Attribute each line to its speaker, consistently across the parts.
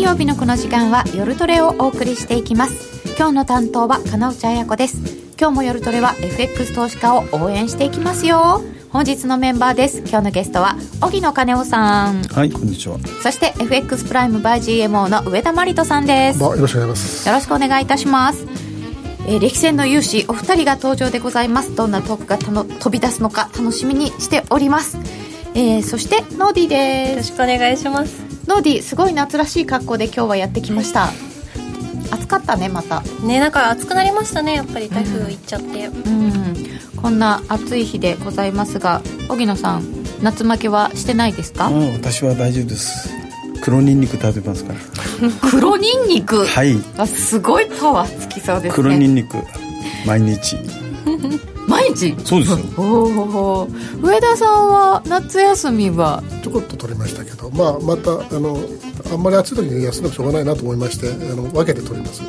Speaker 1: 曜日のこの時間は夜トレをお送りしていきます今日の担当は金内彩子です今日も夜トレは FX 投資家を応援していきますよ本日のメンバーです今日のゲストは荻野金夫さん
Speaker 2: はいこんにちは
Speaker 1: そして FX プライムバイ GMO の上田真理人さんです
Speaker 3: よろしくお願いします
Speaker 1: よろしくお願いいたしますえー、歴戦の勇士お二人が登場でございますどんなトークがたの飛び出すのか楽しみにしております、えー、そしてノーディーです
Speaker 4: よろしくお願いします
Speaker 1: ノーディすごい夏らしい格好で今日はやってきました暑かったねまた
Speaker 4: ねなんか暑くなりましたねやっぱり台風行っちゃって、
Speaker 1: うんこんな暑い日でございますが荻野さん夏負けはしてないですか、
Speaker 2: うん私は大丈夫です黒ニンニク食べますから
Speaker 1: 黒ニンニク
Speaker 2: はい
Speaker 1: あすごいパワーつきそうですね
Speaker 2: 黒ニンニ ク毎日
Speaker 1: 毎日
Speaker 2: そうですよ
Speaker 1: おお上田さんは夏休みは
Speaker 3: ちょこっと取りましたけど、まあ、またあのあんまり暑い時に休んでもしょうがないなと思いましてあの分けて取ります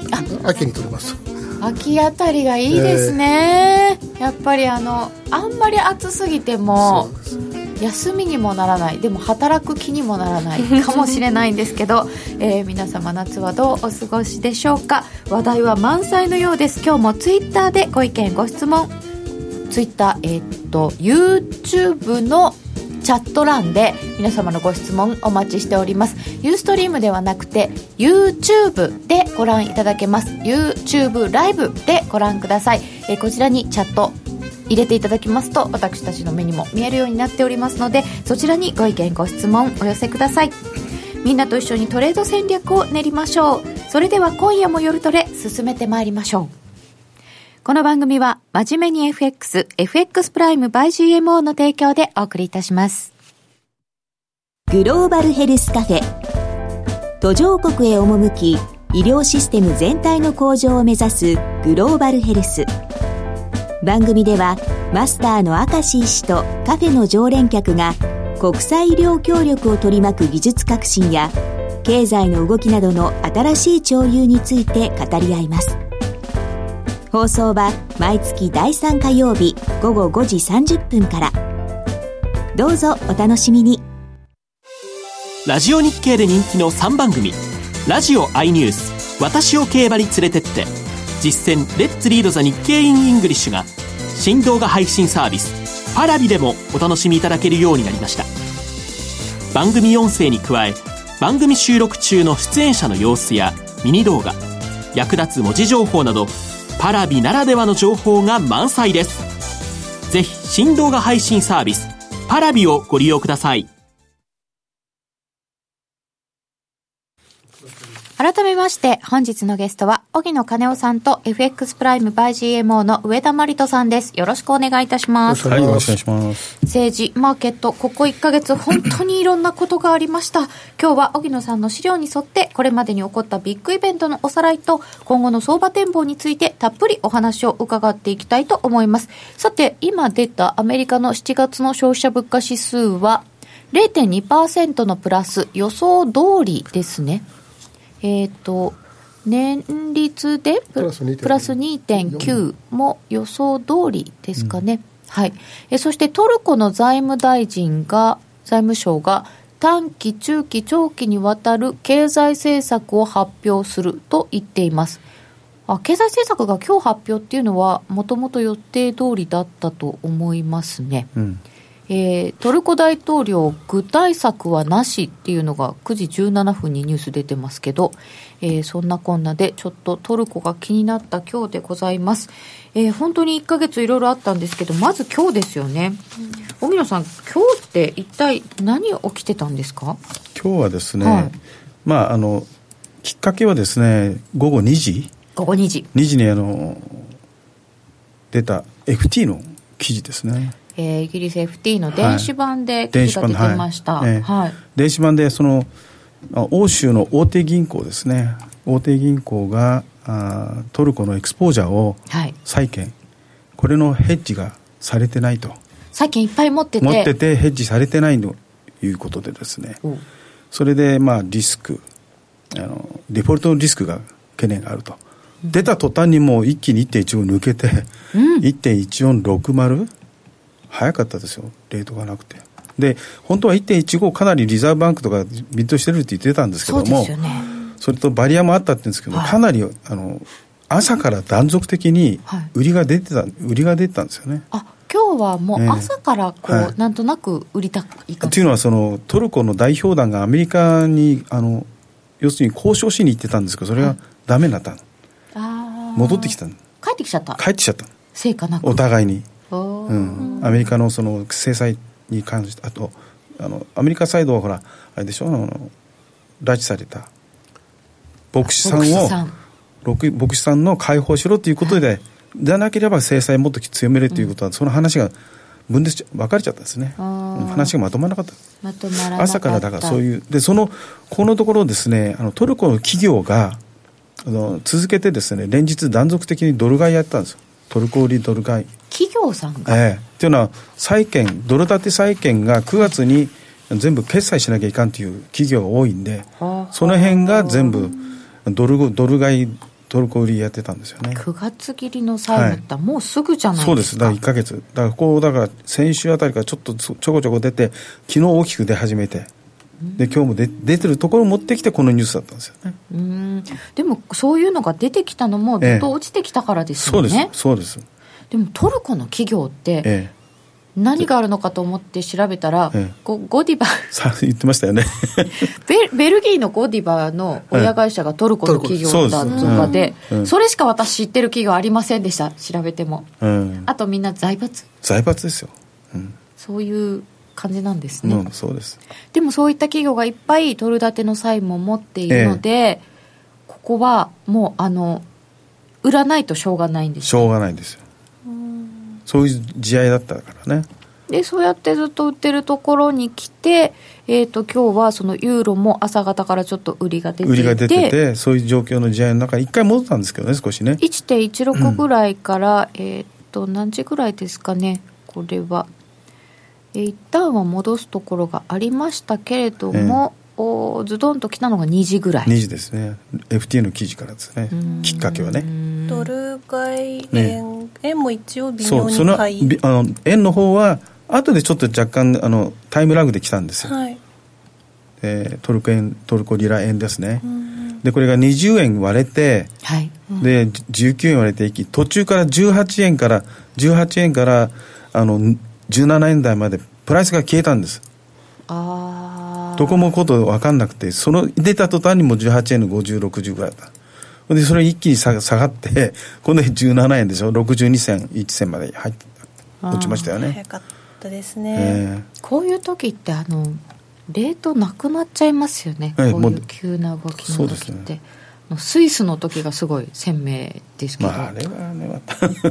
Speaker 3: 秋に取ります
Speaker 1: 秋あたりがいいですね、やっぱりあのあんまり暑すぎても
Speaker 3: そうです
Speaker 1: 休みにもならないでも働く気にもなら ないかもしれないんですけど、えー皆様夏はどうお過ごしでしょうか話題は満載のようです今日もツイッターでご意見ご質問ツイッターえーっと YouTube のチャット欄で皆様のご質問お待ちしておりますユーストリームではなくて YouTube でご覧いただけます YouTube ライブでご覧ください、えーこちらにチャット入れていただきますと私たちの目にも見えるようになっておりますのでそちらにご意見ご質問お寄せくださいみんなと一緒にトレード戦略を練りましょうそれでは今夜も夜トレ進めてまいりましょうこの番組は、真面目に FX、FX プライム by GMO の提供でお送りいたします。
Speaker 5: グローバルヘルスカフェ途上国へ赴き医療システム全体の向上を目指すグローバルヘルス番組ではマスターの明石医師とカフェの常連客が国際医療協力を取り巻く技術革新や経済の動きなどの新しい潮流について語り合います放送は毎月第3火曜日午後5時30分からどうぞお楽しみに
Speaker 6: ラジオ日経で人気の3番組「ラジオ i ニュース私を競馬に連れてって」実践「レッツリードザ日経インイングリッシュが新動画配信サービスパラビでもお楽しみいただけるようになりました番組音声に加え番組収録中の出演者の様子やミニ動画役立つ文字情報などパラビならではの情報が満載ですぜひ新動画配信サービスパラビをご利用ください
Speaker 1: 改めまして、本日のゲストは、荻野金夫さんと FX プライム by GMO の上田真理人さんです。よろしくお願いいたします。
Speaker 2: はいよろしくお願いします
Speaker 1: 政治、マーケット、ここ1ヶ月、本当にいろんなことがありました。今日は、荻野さんの資料に沿って、これまでに起こったビッグイベントのおさらいと、今後の相場展望について、たっぷりお話を伺っていきたいと思います。さて、今出たアメリカの7月の消費者物価指数は、0.2%のプラス、予想通りですね。えっ、と、年率でプ
Speaker 3: プラス2.4
Speaker 1: プラス2.9も予想通りですかね、はい、えそしてトルコの財務大臣が、財務省が、短期、中期、長期にわたる経済政策を発表すると言っています。あ経済政策が今日発表っていうのは、もともと予定通りだったと思いますね。
Speaker 2: うん
Speaker 1: えートルコ大統領、具体策はなしっていうのが9時17分にニュース出てますけど、えーそんなこんなで、ちょっとトルコが気になった今日でございます。えー本当に1ヶ月いろいろあったんですけど、まず今日ですよね。荻野さん、今日って一体何起きてたんですか
Speaker 2: 今日はですね、
Speaker 1: はい
Speaker 2: まああのきっかけはですね午後2時
Speaker 1: 午後2時。
Speaker 2: 2時にあの出た FT の記事ですね
Speaker 1: えーイギリス FT の電子版で記事が出てました。
Speaker 2: はい電子版の
Speaker 1: は
Speaker 2: はいい。電子版でそのあ欧州の大手銀行ですね大手銀行があートルコのエクスポージャーを
Speaker 1: はい
Speaker 2: 債券、これのヘッジがされてないと
Speaker 1: 債券いっぱい持ってて。
Speaker 2: 持っててヘッジされてないということでですね
Speaker 1: おう
Speaker 2: それでまあリスクあのデフォルトのリスクが懸念があると出た途端にもう一気に1.1を抜けて、1.1460早かったですよレートがなくてで本当は1.15かなりリザーブバンクとかビットしてるって言ってたんですけ
Speaker 1: そ
Speaker 2: ど
Speaker 1: うで
Speaker 2: も
Speaker 1: すよね。
Speaker 2: それとバリアもあったって言うんですけど、
Speaker 1: はい
Speaker 2: かなりあの朝から断続的に
Speaker 1: はい
Speaker 2: 売りが出てた、売りが出てたんですよね。
Speaker 1: あ今日はもう
Speaker 2: ええ
Speaker 1: 朝からこう、
Speaker 2: はい
Speaker 1: なんとなく売りたいか
Speaker 2: っていうのはそのトルコの代表団がアメリカにあの要するに交渉しに行ってたんですけどそれがダメになったの
Speaker 1: あー
Speaker 2: 戻ってきたの
Speaker 1: 帰ってきちゃった
Speaker 2: 帰ってきちゃったの
Speaker 1: 成果なく
Speaker 2: お互いに、
Speaker 1: おー
Speaker 2: うん、アメリカのその制裁に関してあとあのアメリカサイドはほらあれでしょあの拉致された牧師さん
Speaker 1: 牧師
Speaker 2: を
Speaker 1: さん
Speaker 2: 牧牧師さんの解放しろということで、じゃなければ制裁もっと強めるということは、その話が分裂し分かれちゃったんですね、
Speaker 1: あ
Speaker 2: う
Speaker 1: ー
Speaker 2: ん話がまとまらなかった。
Speaker 1: まとまらなった
Speaker 2: 朝からだからそういう、でそのこのところですね、あのトルコの企業があの続けてですね、連日断続的にドル買いやってたんですよ、トルコ売りドル買い。
Speaker 1: 企業さんが
Speaker 2: ええ、というのは、債券、ドル建て債券が9月に全部決済しなきゃいかんという企業が多いんで
Speaker 1: はあ、
Speaker 2: その辺が全部ドル、ドル買い、トルコ売りやってたんですよね。
Speaker 1: 9月切りの債務ってもうすぐじゃない
Speaker 2: そう
Speaker 1: で
Speaker 2: ですす、
Speaker 1: か、
Speaker 2: だから1ヶ月、だからこう、だから先週あたりからちょっとちょちょこちょこ出て、昨日大きく出始めて、で今日も出出てるところを持ってきて、このニュースだったんですよね。
Speaker 1: うーんでもそういうのが出てきたのもずっと落ちてきたからです
Speaker 2: そ
Speaker 1: よ
Speaker 2: う
Speaker 1: ね、
Speaker 2: です、そうです、
Speaker 1: でもトルコの企業って
Speaker 2: ええ、
Speaker 1: 何があるのかと思って調べたら、
Speaker 2: ええ
Speaker 1: こうゴディバ
Speaker 2: さ言ってました よね。
Speaker 1: ベベルギーのゴディバの親会社がトルコの企業だとかで
Speaker 2: トルコですそうですうんうん
Speaker 1: それしか私知ってる企業ありませんでした調べても
Speaker 2: うん、
Speaker 1: あとみんな財閥
Speaker 2: 財閥ですよ、うん
Speaker 1: そういう感じなんですね、
Speaker 2: うん、そうです、
Speaker 1: でもそういった企業がいっぱいドル建ての債務を持っているので、ここはもうあの売らないとしょうがないんで
Speaker 2: し
Speaker 1: す
Speaker 2: ょうがないですよ、そういう慈愛だったからね、
Speaker 1: でそうやってずっと売ってるところに来て、えー、と今日はそのユーロも朝方からちょっと売りが出ていて
Speaker 2: 売りが出てて、そういう状況の慈愛の中、一回戻ったんですけどね、少しね、
Speaker 1: 1.16ぐらいから、えーっと何時ぐらいですかねこれは、えー一旦は戻すところがありましたけれども、おーズドンと来たのが2時ぐらい
Speaker 2: 2時ですね、FT の記事からですね
Speaker 1: うん、
Speaker 2: きっかけはね。
Speaker 4: ドル買い
Speaker 2: ね
Speaker 4: 円、円も一応微
Speaker 2: そ
Speaker 4: 妙
Speaker 2: うその
Speaker 4: に買い
Speaker 2: びあの円の方は後でちょっと若干あのタイムラグで来たんですよ、
Speaker 4: はい
Speaker 2: えートルコ円トルコリラ円ですね、
Speaker 4: ん
Speaker 2: でこれが20円割れて
Speaker 1: はい
Speaker 2: で19円割れていき途中から18円から18円からあの17円台までプライスが消えたんです
Speaker 1: あー
Speaker 2: どこもこと分かんなくてその出た途端にもう18円の5060ぐらいだったでそれ一気に下下がって 今度17円でしょ62銭1銭まで入って落ちましたよね
Speaker 4: 早かったですね、
Speaker 2: え
Speaker 1: こういう時ってあのレートなくなっちゃいますよね、
Speaker 2: ええ
Speaker 1: こうい
Speaker 2: も
Speaker 1: う
Speaker 2: う
Speaker 1: 急な動き
Speaker 2: そ
Speaker 1: の
Speaker 2: うで
Speaker 1: 時
Speaker 2: す
Speaker 1: って、
Speaker 2: ね
Speaker 1: あのスイスの時がすごい鮮明ですけ
Speaker 2: え
Speaker 1: ど、
Speaker 2: まああれはねまた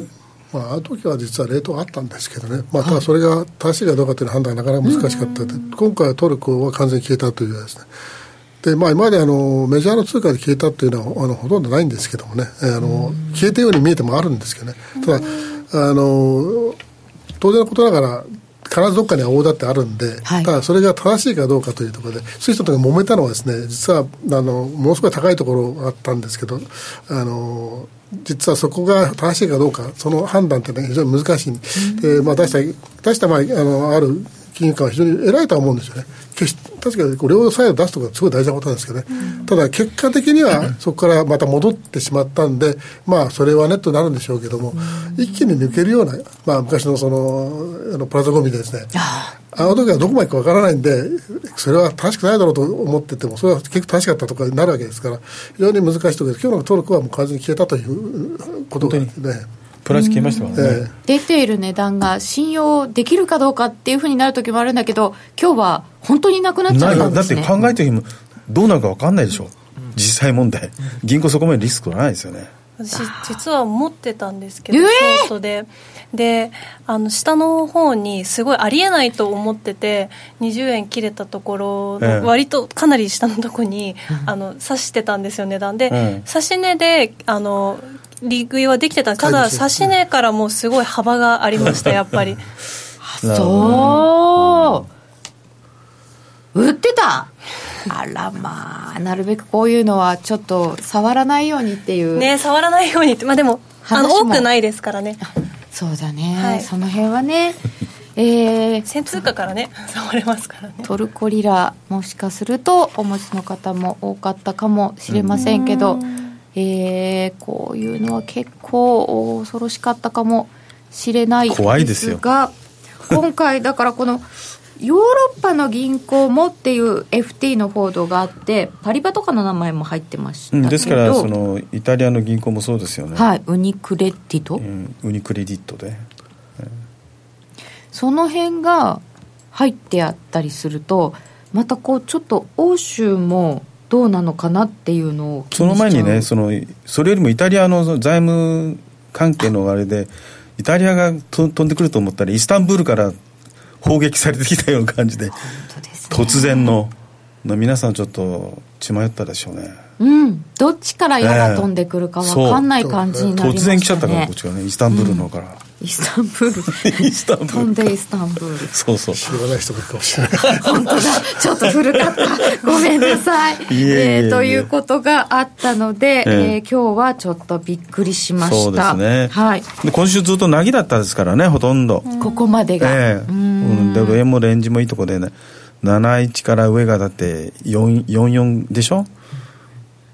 Speaker 3: まあ、あの時は実は冷凍があったんですけどね、まあ、ただそれが正しいかどうかというのは判断がなかなか難しかったで、今回はトルコは完全に消えたというようですね。でまあ、今まであのメジャーの通貨で消えたというのはあのほとんどないんですけどもね、えーあの消えたように見えてもあるんですけどね、ただ、あの当然のことながら、必ずどっかには大だってあるんで、
Speaker 1: はい
Speaker 3: ただそれが正しいかどうかというところで、スイスとか揉めたのはですね、実はあのものすごい高いところがあったんですけど、あの実はそこが正しいかどうか、その判断って、ね、非常に難しい、でまあ、出した出した、まあ、あのある金融機関は非常に偉いとは思うんですよね、決し確かにこう両サイド出すとか、すごい大事なことなんですけどね、ただ結果的にはそこからまた戻ってしまったんで、まあ、それはねとなるんでしょうけども、一気に抜けるような、まあ、昔のそのあのプラザゴミでですね。あの時はどこまで行くかわからないんで、それは正しくないだろうと思ってても、それは結構正しかったとかになるわけですから、非常に難しいところです、今日のトルコはもう完全に消えたということがね、
Speaker 2: プライス消えましたからね、
Speaker 3: ええ
Speaker 1: 出ている値段が信用できるかどうかっていうふうになる時もあるんだけど今日は本当になくなっちゃ
Speaker 2: な
Speaker 1: ったんで
Speaker 2: だっ
Speaker 1: す
Speaker 2: て
Speaker 1: ね
Speaker 2: 考えてもどうなるか分かんないでしょ、実際問題、銀行そこまでリスクはないですよね、
Speaker 4: 私実は持ってたんですけど、
Speaker 1: えー
Speaker 4: ショートでであの下の方にすごいありえないと思ってて20円切れたところ
Speaker 2: ええ
Speaker 4: の割とかなり下のとこに、あの指してたんですよ値段で、
Speaker 2: ええ
Speaker 4: 指し値であの利食いはできてたんです
Speaker 3: 買
Speaker 4: た
Speaker 3: い
Speaker 4: だ
Speaker 3: ですよ
Speaker 4: 指し値からもうすごい幅がありましたやっぱり
Speaker 2: なるほど
Speaker 1: そう売ってたあらまあなるべくこういうのはちょっと触らないようにっていう
Speaker 4: ね触らないようにってまあでもあの
Speaker 1: 話
Speaker 4: 多
Speaker 1: も
Speaker 4: くないですからね
Speaker 1: そうだね、
Speaker 4: はい
Speaker 1: その辺はねえー
Speaker 4: 先通貨からね触れますからね
Speaker 1: トルコリラもしかするとお持ちの方も多かったかもしれませんけど、えーこういうのは結構恐ろしかったかもしれない
Speaker 2: 怖いですよ
Speaker 1: が今回だからこのヨーロッパの銀行もっていう FT の報道があってパリバとかの名前も入ってました
Speaker 2: う
Speaker 1: けど、
Speaker 2: ん、ですからそのイタリアの銀行もそうですよね、
Speaker 1: はい、ウニクレッティと、
Speaker 2: うん、ウニクレディットで
Speaker 1: その辺が入ってあったりするとまたこうちょっと欧州もどうなのかなっていうのを気
Speaker 2: その
Speaker 1: しちゃう
Speaker 2: 前にねそのそれよりもイタリアのその財務関係のあれでイタリアがと飛んでくると思ったらイスタンブールから砲撃されてきたような感じで
Speaker 1: 本当ですね
Speaker 2: 突然のの皆さんちょっと血迷ったでしょうね
Speaker 1: うんどっちから矢が飛んでくるかわかんない感じになりま
Speaker 2: 突
Speaker 1: したね、
Speaker 2: 然来ちゃったからこっちがねイスタンブールの方から、
Speaker 1: イスタンブール
Speaker 2: イスタンブール
Speaker 1: 飛んでイスタンブール
Speaker 2: そうそう
Speaker 3: 知らない人もいるかもしれない
Speaker 1: 本当だちょっと古かったごめんなさい
Speaker 2: え いえいえ
Speaker 1: ーということがあったので、え
Speaker 2: ええ
Speaker 1: ー今日はちょっとびっくりしました
Speaker 2: そうですね、
Speaker 1: はい、
Speaker 2: で今週ずっとなぎだったですからねほとんど、
Speaker 1: ここまでが、
Speaker 2: ええうんで上もレンジもいいとこでね71から上がだって4 44でしょ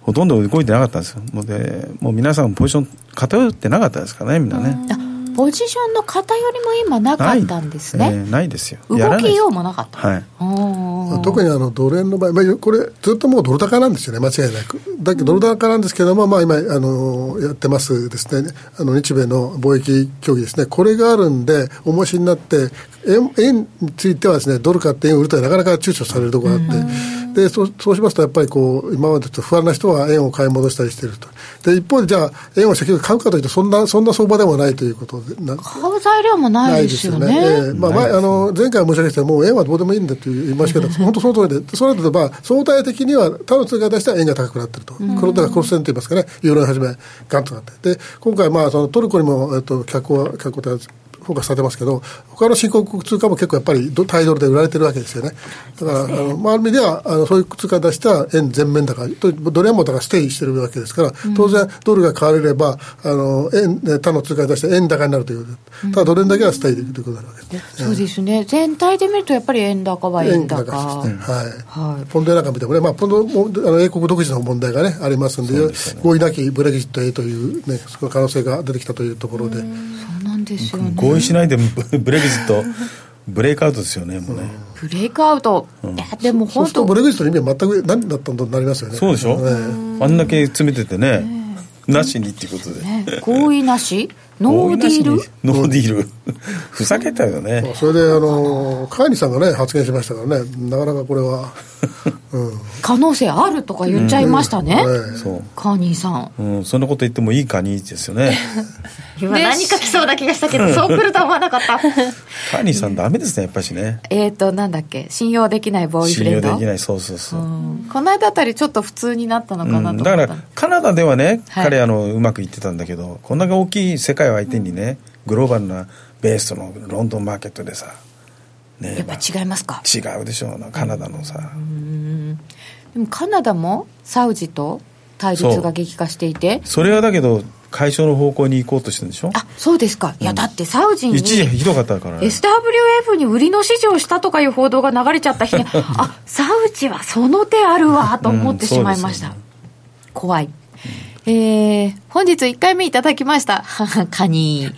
Speaker 2: ほとんど動いてなかったんですよもうでもう皆さんポジション偏ってなかったですからねみんなね
Speaker 1: あポジションの偏りも今なかったんです
Speaker 2: え
Speaker 1: ね、
Speaker 2: えないですよや
Speaker 1: 動
Speaker 2: らない
Speaker 1: き
Speaker 2: です
Speaker 1: ようもなかった、
Speaker 2: はい
Speaker 1: おー
Speaker 3: 特にあのドル円の場合、まあ、これ、ずっともうドル高なんですよね、間違いなく。だけど、ドル高なんですけども、まあ、今、あのやってますですね、あの日米の貿易協議ですね、これがあるんで、重しになって、円円についてはですね、ドル買って円を売るとはなかなか躊躇されるところがあって、でそうそうしますと、やっぱりこう今までと不安な人は円を買い戻したりしてると、で一方で、じゃあ、円を先ほど買うかというとそんな、そんな相場でもないということで、な
Speaker 1: 買う材料もないですよね
Speaker 3: ええまあ、前あの前回申し上げたもう円はどうでもいいんだと言いましたけど、本当その通りで、そうなると、まあ、相対的には他の通貨に対しては円が高くなってると、これだからクロス線といいますかね、ユーロをはじめ、ガンとなって、で今回、まあ、そのトルコにも、えっと、客は客はフォーカスされてますけど、他の新興国通貨も結構やっぱりド対ドルで売られてるわけですよね。だから、あのまあ、ある意味では、あのそういう通貨に対しては円全面高、とドル円もだからステイしてるわけですから、当然、ドルが買われれば、あの円え他の通貨に対して円高になるということただ、ドル円だけはステイできるということになるわけですね。
Speaker 1: そうですね全体で見るとやっぱり円高は円
Speaker 3: 円
Speaker 1: 高
Speaker 3: 高ですね。は
Speaker 1: はい
Speaker 3: い。ポンドなんか見てもね、まあ、ポンドも、あの、英国独自の問題がね、ありますんで、合意なきブレグジットへというね、その可能性が出てきたというところで、
Speaker 1: そうなんですよね
Speaker 2: 合意しないでブブレグジットブレイクアウトですよねもうね、
Speaker 1: ブレイクアウト、いやでも
Speaker 3: そう
Speaker 1: 本
Speaker 3: すると
Speaker 1: 当
Speaker 3: ブレグジットの意味は全く何だったんだとなりますよね。
Speaker 2: そうでしょ、
Speaker 3: え
Speaker 2: あんだけ詰めててね、なしにっていうことで、
Speaker 1: ね合意なしノーディール
Speaker 2: ノーディールふざけたよね、
Speaker 3: えまあそれで、あの、カーニさんがね、発言しましたからね、なかなかこれは、うん。
Speaker 1: 可能性あるとか言っちゃいましたね、
Speaker 3: ええ
Speaker 2: そ
Speaker 1: カーニーさん
Speaker 2: う、うん、そんなこと言ってもいいカニです よね
Speaker 1: 今何か来そうな気がしたけどそう来るとは思わなかった
Speaker 2: カーニーさんダメですねやっぱしね
Speaker 1: えっとなんだっけ信用できないボーイフ
Speaker 2: 信
Speaker 1: レ
Speaker 2: 用
Speaker 1: ンド
Speaker 2: できないそうそうそう、
Speaker 1: うんこの間あたりちょっと普通になったのか
Speaker 2: う
Speaker 1: なんと
Speaker 2: だ
Speaker 1: 思
Speaker 2: か
Speaker 1: った、
Speaker 2: らカナダではね、
Speaker 1: はい
Speaker 2: 彼あのうまくいってたんだけどこんだけ大きい世界を相手にね、グローバルなベースのロンドンマーケットでさね
Speaker 1: やっぱ違いますか
Speaker 2: 違うでしょうなカナダのさ、
Speaker 1: でもカナダもサウジと対立が激化していて
Speaker 2: それはだけど解消の方向に行こうとしてるんでしょ
Speaker 1: あそうですかいや、だってサウジに
Speaker 2: 一時ひどかったからね
Speaker 1: SWF に売りの指示をしたとかいう報道が流れちゃった日 にあサウジはその手あるわと思ってしまいました、
Speaker 2: うんそう
Speaker 1: 怖い、えー本日1回目いただきま したははカニ、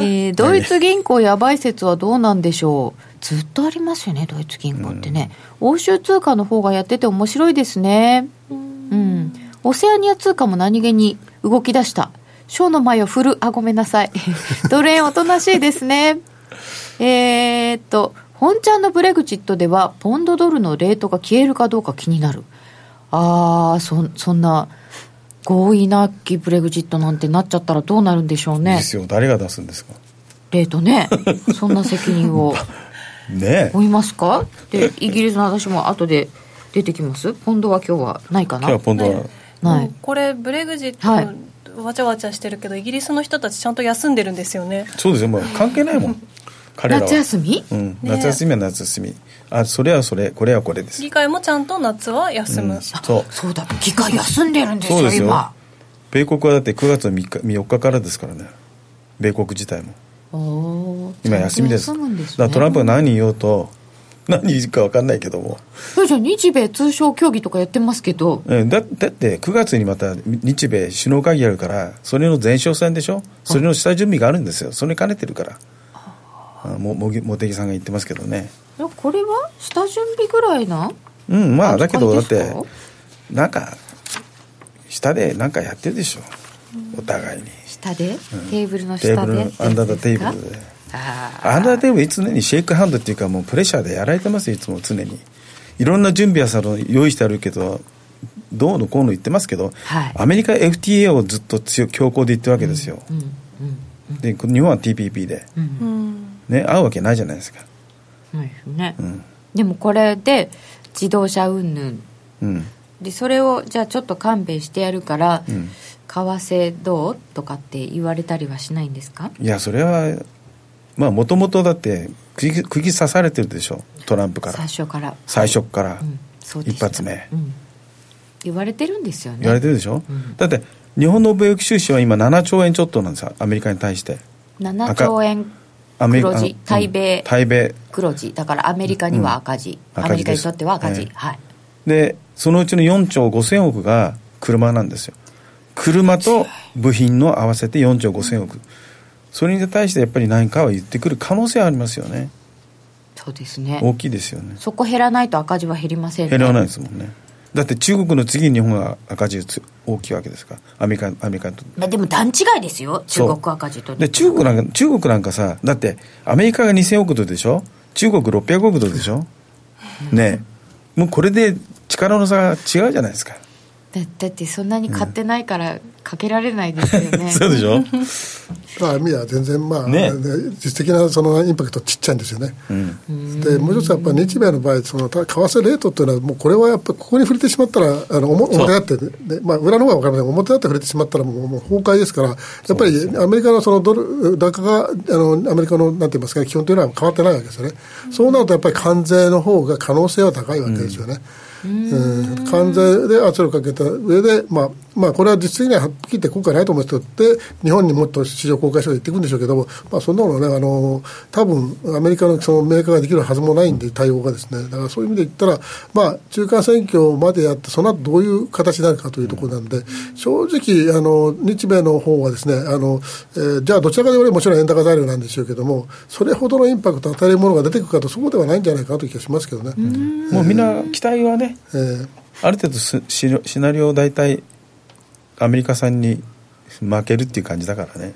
Speaker 1: えードイツ銀行やばい説はどうなんでしょうずっとありますよねドイツ銀行ってね、欧州通貨の方がやってて面白いですねうんオセアニア通貨も何気に動き出したショーの前を振るあごめんなさい ドル円おとなしいですねえーっと、本ちゃんのブレグジットでは、ポンドドルのレートが消えるかどうか気になる。あー、そんそんな、合意なきブレグジットなんてなっちゃったらどうなるんでしょうね
Speaker 2: で。すよ誰が出すんですか
Speaker 1: レート ね。そんな責任を
Speaker 2: ねえ
Speaker 1: 負いますかで、イギリスの話も後で出てきます。ポンドは今日はないか
Speaker 2: 今日は
Speaker 1: な
Speaker 2: ポンドは
Speaker 1: な
Speaker 4: も。
Speaker 1: いう
Speaker 4: これブレグジッ
Speaker 1: はい
Speaker 4: トのわちゃわちゃしてるけど、イギリスの人たちちゃんと休んでるんですよね
Speaker 2: そうですよもう関係ないも ん彼らは
Speaker 1: 夏休み
Speaker 2: うん、夏休みは夏休みあそれはそれこれはこれです、
Speaker 4: 議会もちゃんと夏は休む、
Speaker 2: うんそう
Speaker 1: そうだ、議会休んでるんです
Speaker 2: そう
Speaker 1: よ、
Speaker 2: ですよ
Speaker 1: 今。
Speaker 2: 米国はだって9月の3日4日からですからね米国自体も
Speaker 1: おー
Speaker 2: 今休みです
Speaker 1: ちゃんと休むんですね
Speaker 2: だからトランプが何言おうと何言うか分かんないけども、
Speaker 1: そうじゃん日米通商協議とかやってますけど
Speaker 2: えだだって9月にまた日米首脳会議やるからそれの前哨戦でしょそれの下準備があるんですよそれ兼ねてるからあも茂木茂木さんが言ってますけどね
Speaker 1: いやこれは下準備ぐらいな
Speaker 2: うんまあだけどだ
Speaker 1: 感
Speaker 2: っ
Speaker 1: じです
Speaker 2: て
Speaker 1: か
Speaker 2: なんか下でなんかやってるでしょお互いに
Speaker 1: 下で、テーブルの
Speaker 2: テー
Speaker 1: 下
Speaker 2: ブル
Speaker 1: で
Speaker 2: のアンダーザテーブルで
Speaker 1: あ
Speaker 2: アンダーテーブル常にシェイクハンドっていうかもうプレッシャーでやられてますよいつも常にいろんな準備はさ用意してあるけどどうのこうの言ってますけど、
Speaker 1: はい
Speaker 2: アメリカ FTA をずっと強強硬で言ってるわけですよ、
Speaker 1: ーうん
Speaker 2: で日本は TPP で、
Speaker 1: うん
Speaker 4: うん
Speaker 2: ね合うわけないじゃないですか
Speaker 1: うんないですね、
Speaker 2: うん
Speaker 1: でもこれで自動車云々
Speaker 2: うん
Speaker 1: でそれをじゃあちょっと勘弁してやるから、
Speaker 2: うん
Speaker 1: 為替どうとかって言われたりはしないんですか
Speaker 2: いやそれはまあもともとだって釘釘刺されてるでしょトランプから
Speaker 1: 最初から
Speaker 2: 最初から、
Speaker 1: うんそうでし
Speaker 2: 一
Speaker 1: た
Speaker 2: 発目
Speaker 1: うん言われてるんですよね
Speaker 2: 言われてるでしょ、
Speaker 1: うん
Speaker 2: だって日本の貿易収支は今7兆円ちょっとなんですよアメリカに対して
Speaker 1: 7兆円
Speaker 2: アメリカ
Speaker 1: 黒字
Speaker 2: あの
Speaker 1: 対米
Speaker 2: うん対米
Speaker 1: 黒字だからアメリカには赤字、
Speaker 2: うん
Speaker 1: アメリカにとっては赤字、
Speaker 2: 赤字です
Speaker 1: はい
Speaker 2: でそのうちの4兆5000億が車なんですよ車と部品の合わせて4兆5000億それに対してやっぱり何かは言ってくる可能性はありますよね
Speaker 1: そうですね
Speaker 2: 大きいですよね
Speaker 1: そこ減らないと赤字は減りませんね
Speaker 2: 減らないですもんねだって中国の次に日本が赤字がつ大きいわけですからアメリカアメリカにとって
Speaker 1: まあ、でも段違いですよ中
Speaker 2: そう
Speaker 1: 国赤字と
Speaker 2: で中国なんか中国なんかさだってアメリカが2000億ドルでしょ中国600億ドルでしょねえもうこれで力の差が違うじゃないですか
Speaker 1: だだってそんなに買ってないからかけられないですよね
Speaker 2: そうでしょ
Speaker 3: まあ、意味は全然、まあ、
Speaker 2: ね
Speaker 3: 実質的なそのインパクトちっちゃいんですよね。
Speaker 2: うん
Speaker 3: でもう一つやっぱり日米の場合そのた為替レートというのはもうこれはやっぱりここに触れてしまったらあのおも
Speaker 2: そう
Speaker 3: 表立ってね、ねまあ、裏の方は分からない表立って触れてしまったらもうもう崩壊ですからやっぱりアメリカのそのドル高があのアメリカのなんて言いますか基本というのは変わってないわけですよね、そうなるとやっぱり関税の方が可能性は高いわけですよね。うん関税で圧力かけた上で、まあ、まあ、これは実際にははっきり言って効果ないと思う人って、日本にもっと市場公開所で行っていくんでしょうけども、まあ、そんなものね、あの、多分アメリカのそのメーカーができるはずもないんで、対応がですね、だからそういう意味で言ったら、まあ、中間選挙までやって、その後どういう形になるかというところなんで、正直、あの、日米の方はですね、あの、えーじゃあ、どちらかといえばもちろん円高材料なんでしょうけども、それほどのインパクトを与えるものが出てくるかと、そうではないんじゃないかなという気がしますけどね。
Speaker 2: もうみんな期待はね
Speaker 3: えー
Speaker 2: ある程度すシナシナリオを大体アメリカさんに負けるっていう感じだからね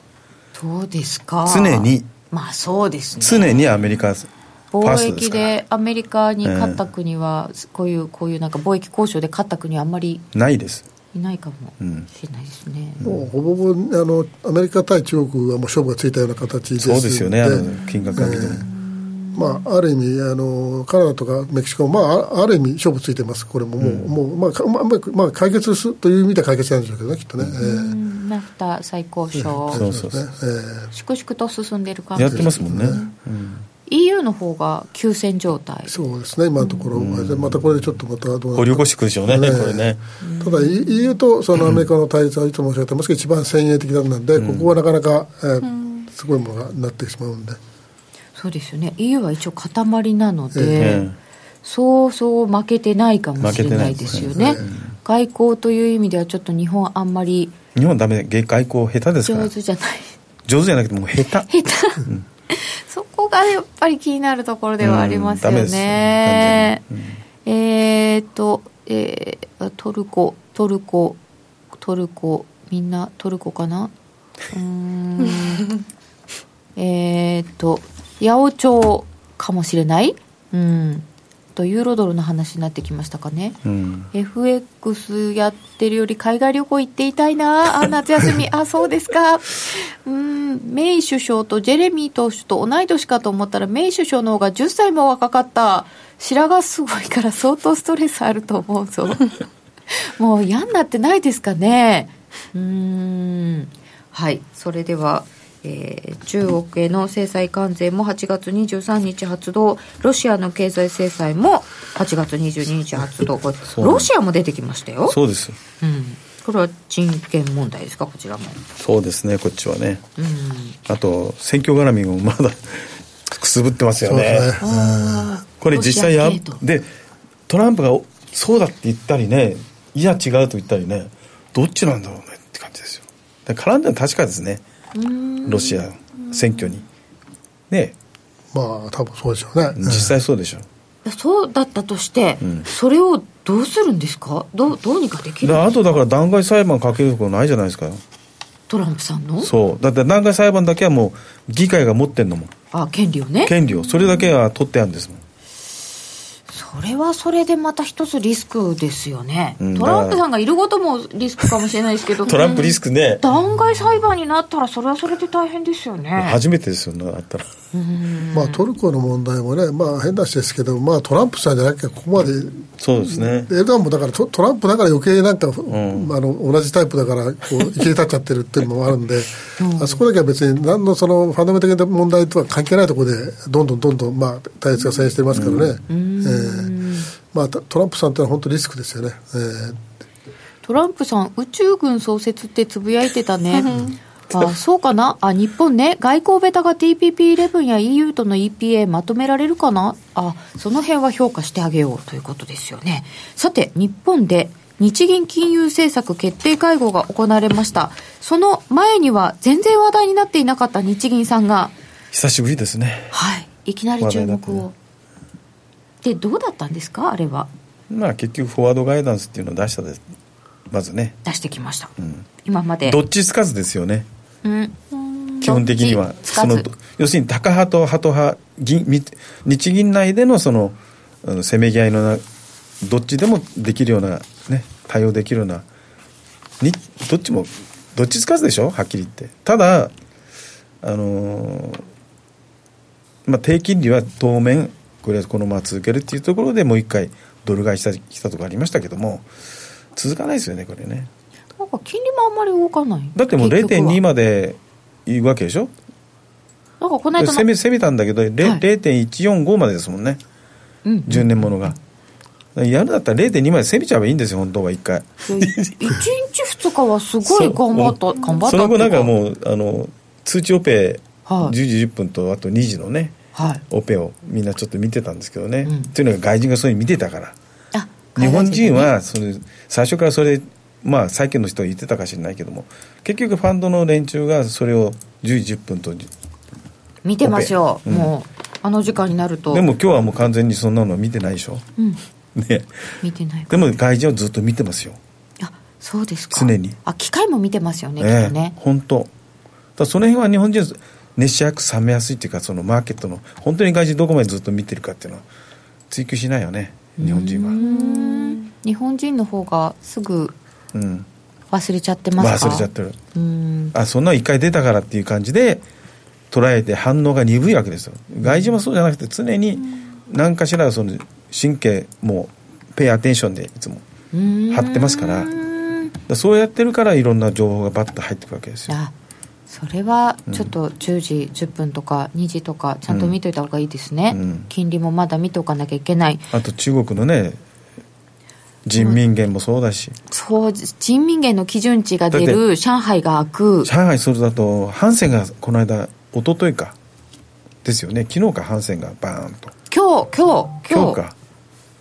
Speaker 1: そうですか
Speaker 2: 常に
Speaker 1: まあそうですね
Speaker 2: 常にアメリカファース
Speaker 1: 貿
Speaker 2: トです
Speaker 1: 易
Speaker 2: から
Speaker 1: でアメリカに勝った国は、こういうこういうなんか貿易交渉で勝った国はあんまり
Speaker 2: ないです
Speaker 1: いないかも
Speaker 2: うん
Speaker 1: しれないですね、
Speaker 3: もうほぼほぼあのアメリカ対中国はもう勝負がついたような形です
Speaker 2: そうですよねあ
Speaker 3: で
Speaker 2: の金額が見ても、
Speaker 3: まあ、ある意味あの、カナダとかメキシコも、まあ、あある意味勝負ついてます、これももう、もうまあかまあまあまあ、解決するという意味では解決なんでしょうけどね、きっとね。
Speaker 1: う
Speaker 3: ええ
Speaker 1: んナフタ再交
Speaker 2: そ
Speaker 1: 渉
Speaker 2: うそう
Speaker 3: ね
Speaker 2: そう
Speaker 3: え
Speaker 1: 粛々と進んでる感じ
Speaker 2: やってますもんね、うん、
Speaker 1: EU の方が休戦状態
Speaker 3: えそうですね、今のところ、でまたこれでちょっとまたどうなるか
Speaker 2: 掘り起こしてくるでしょうね
Speaker 3: ね
Speaker 2: これね
Speaker 3: ただ E- EU とそのアメリカの対立はいつも申し上げてますけど、一番先鋭的なんで、ここはなかなか、ええすごいものになってしまうんで。
Speaker 1: そうですよね EU は一応塊なので、
Speaker 2: ええ
Speaker 1: そうそう負けてないかもしれないですよね
Speaker 3: 負けてないですね
Speaker 1: 外交という意味ではちょっと日本あんまり
Speaker 2: 日本ダメで外交下手ですから
Speaker 1: 上手じゃない
Speaker 2: 上手じゃなくてもう下手
Speaker 1: 下手、そこがやっぱり気になるところではありますよ
Speaker 2: うんダメです完
Speaker 1: ね
Speaker 2: 全に
Speaker 1: えーっと、えートルコトルコトルコみんなトルコかなうーん えーっと八百長かもしれないうんとユーロドルの話になってきましたかね
Speaker 2: うん
Speaker 1: FX やってるより海外旅行行っていたいな あ夏休みあそうですかうんメイ首相とジェレミー党首と同い年かと思ったらメイ首相の方が10歳も若かった白髪すごいから相当ストレスあると思う ぞもう嫌になってないですかねうーんはいそれではえー中国への制裁関税も8月23日発動ロシアの経済制裁も8月22日発動これ
Speaker 2: うなんです
Speaker 1: ロシアも出てきましたよ
Speaker 2: そうです
Speaker 1: うんこれは人権問題ですかこちらも
Speaker 2: そうですねこっちはね
Speaker 1: うん
Speaker 2: あと選挙絡みもまだくすぶってますよ
Speaker 3: そう
Speaker 2: ね
Speaker 3: ですね
Speaker 1: あー
Speaker 2: これ実際や
Speaker 1: ロシア系と
Speaker 2: でトランプがおそうだって言ったりねいや違うと言ったりねどっちなんだろうねって感じですよだから絡んだのは確かですねロシア選挙にね
Speaker 3: まあ多分そうでしょうね
Speaker 2: 実際そうでしょ
Speaker 1: いやそうだったとして、
Speaker 2: ん
Speaker 1: それをどうするんですかどうどうにかできる
Speaker 2: だからあとだから弾劾裁判かけるとこないじゃないですか
Speaker 1: トランプさんの
Speaker 2: そうだって弾劾裁判だけはもう議会が持ってんのもん
Speaker 1: あ権利をね
Speaker 2: 権利をそれだけは取ってあるんですもん
Speaker 1: それはそれでまた一つリスクですよね、
Speaker 2: うん
Speaker 1: トランプさんがいることもリスクかもしれないですけど
Speaker 2: トランプリスクね
Speaker 1: 弾劾裁判になったらそれはそれで大変ですよね
Speaker 2: 初めてですよねあったら
Speaker 3: まあ、トルコの問題もね、まあ、変な話ですけど、まあ、トランプさんじゃなきゃここまで、
Speaker 2: そうですね
Speaker 3: エルドアンもだからトトランプだから余計なんか、
Speaker 2: ん
Speaker 3: あの同じタイプだからこう、生きり立っちゃってるっていうのもあるんで、あそこだけは別に、何のそのファンダメンタル的な問題とは関係ないところで、どんどんどんどん、まあ、対立が遷してますからね、えーまあ、トトランプさんってのは本当リスクですよね。えー
Speaker 1: トランプさん宇宙軍創設ってつぶやいてたねあそうかなあ日本ね外交ベタが TPP11 や EU との EPA まとめられるかなあその辺は評価してあげようということですよねさて日本で日銀金融政策決定会合が行われましたその前には全然話題になっていなかった日銀さんが
Speaker 2: 久しぶりですね
Speaker 1: はいいきなり注目
Speaker 2: 話題だ
Speaker 1: を、でどうだったんですかあれは
Speaker 2: まあ結局フォワードガイダンスっていうのを出したですまずね、
Speaker 1: 出してきました、
Speaker 2: うん、
Speaker 1: 今まで
Speaker 2: どっちつかずですよね
Speaker 1: うん
Speaker 2: 基本的には
Speaker 1: どっちつか
Speaker 2: そ
Speaker 1: ず
Speaker 2: の要するにタカ派とハト派銀み日銀内でのそのあのせめぎ合いのなどっちでもできるような、ね、対応できるようなにどっちもどっちつかずでしょはっきり言ってただあのーまあ、低金利は当面これはこのまま続けるっていうところでもう一回ドル買いしたしたとかありましたけども続かないですよねこれね
Speaker 1: なんか金利もあんまり動かない
Speaker 2: だってもう
Speaker 1: 結局は
Speaker 2: 0.2までいうわけでしょ
Speaker 1: なんかこの間の
Speaker 2: 攻め攻めたんだけど、れ
Speaker 1: はい
Speaker 2: 0.145までですもんね、
Speaker 1: うんうん
Speaker 2: 10年ものが。やるだったら0.2まで攻めちゃえばいいんですよ、本当は1回。
Speaker 1: 1日2日はすごい頑張った
Speaker 2: そう
Speaker 1: 頑張った
Speaker 2: その後なんか
Speaker 1: う
Speaker 2: もう、あの、通知オペ、
Speaker 1: は
Speaker 2: 10
Speaker 1: い
Speaker 2: 時10分とあと2時のね、
Speaker 1: はい
Speaker 2: オペをみんなちょっと見てたんですけどね。
Speaker 1: うん
Speaker 2: っていうのが外人がそういうの見てたから。
Speaker 1: あ
Speaker 2: 日本人
Speaker 1: 海外
Speaker 2: はそれ最初からそれまあ債券の人は言ってたかもしれないけども結局ファンドの連中がそれを10時10分と
Speaker 1: でね見てますよ、
Speaker 2: オペうん
Speaker 1: もうあの時間になると
Speaker 2: でも今日はもう完全にそんなの見てないでしょ、
Speaker 1: うん
Speaker 2: ね
Speaker 1: 見てない
Speaker 2: でも外人はずっと見てますよ
Speaker 1: あそうですか
Speaker 2: 常に
Speaker 1: あ機械も見てますよね、きっとね
Speaker 2: 本当。だからその辺は日本人は熱しやく冷めやすいっていうかそのマーケットの本当に外人どこまでずっと見てるかっていうのは追求しないよね日本人は
Speaker 1: うー
Speaker 2: うん
Speaker 1: 日本人の方がすぐ
Speaker 2: ん
Speaker 1: 忘れちゃってますか
Speaker 2: 忘れちゃってる
Speaker 1: うーん
Speaker 2: あそんなの一回出たからっていう感じで捉えて反応が鈍いわけですよ外人もそうじゃなくて常に何かしらその神経もペイアテンションでいつも
Speaker 1: うーん
Speaker 2: 張ってますからだからそうやってるからいろんな情報がバッと入ってくるわけですよ
Speaker 1: あそれはちょっと10時10分とか2時とかちゃんと見といた方がいいですね、
Speaker 2: うん
Speaker 1: 金利もまだ見ておかなきゃいけない
Speaker 2: あと中国のね人民元もそうだし、
Speaker 1: そう人民元の基準値が出
Speaker 2: だっ
Speaker 1: る上海が開く
Speaker 2: 上海それだとハンセンがこの間一昨日かですよね昨日かハンセンがバーンと
Speaker 1: 今日今日
Speaker 2: 今
Speaker 1: 今
Speaker 2: 日
Speaker 1: 日
Speaker 2: か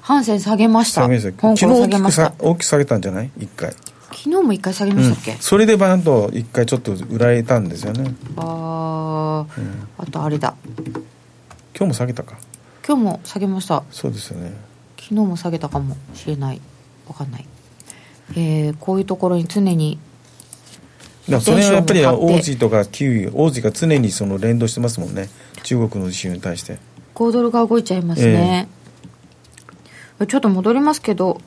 Speaker 1: ハンセン下げました
Speaker 2: 下げま
Speaker 1: 香
Speaker 2: し
Speaker 1: 港
Speaker 2: た昨日
Speaker 1: 下
Speaker 2: 大
Speaker 1: げ
Speaker 2: き
Speaker 1: ま
Speaker 2: く
Speaker 1: した
Speaker 2: さ大きく下げたんじゃない一回
Speaker 1: 昨日も一回下げましたっけ、
Speaker 2: うんそれでバーンと一回ちょっと売られたんですよね
Speaker 1: あー、あとあれだ
Speaker 2: 今日も下げたか
Speaker 1: 今日も下げました
Speaker 2: そうですよね
Speaker 1: 昨日も下げたかもしれないわかんない、えー、こういうところに常に
Speaker 2: だからそれはやっぱり
Speaker 1: テンションも上がっ
Speaker 2: オー
Speaker 1: て
Speaker 2: ジーとかキウイオージーが常にその連動してますもんね中国の地震に対して
Speaker 1: 5ドルが動いちゃいますね、ちょっと戻りますけど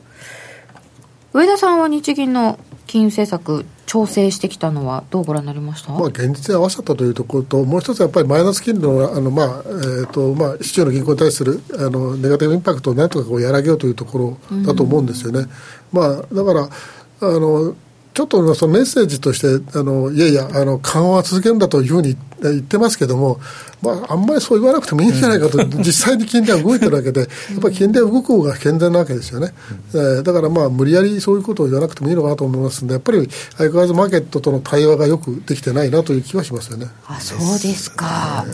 Speaker 1: 上田さんは日銀の金融政策調整してきたのはどうご覧になりました、
Speaker 3: まあ、現実に合わせたというところと、もう一つやっぱりマイナス金利のあの、まあえーとまあ、市中の銀行に対するあのネガティブインパクトをなんとかこう和らげようというところだと思うんですよね。まあ、だからあのちょっとそのメッセージとしてあのいやいやあの緩和は続けるんだというふうに言ってますけども、まあ、あんまりそう言わなくてもいいんじゃないかと、実際に金利は動いてるわけで、やっぱり金利は動く方が健全なわけですよね、えーだからまあ無理やりそういうことを言わなくてもいいのかなと思いますんで、やっぱり相変わらずマーケットとの対話がよくできてないなという気はしますよね。
Speaker 1: あそうですか、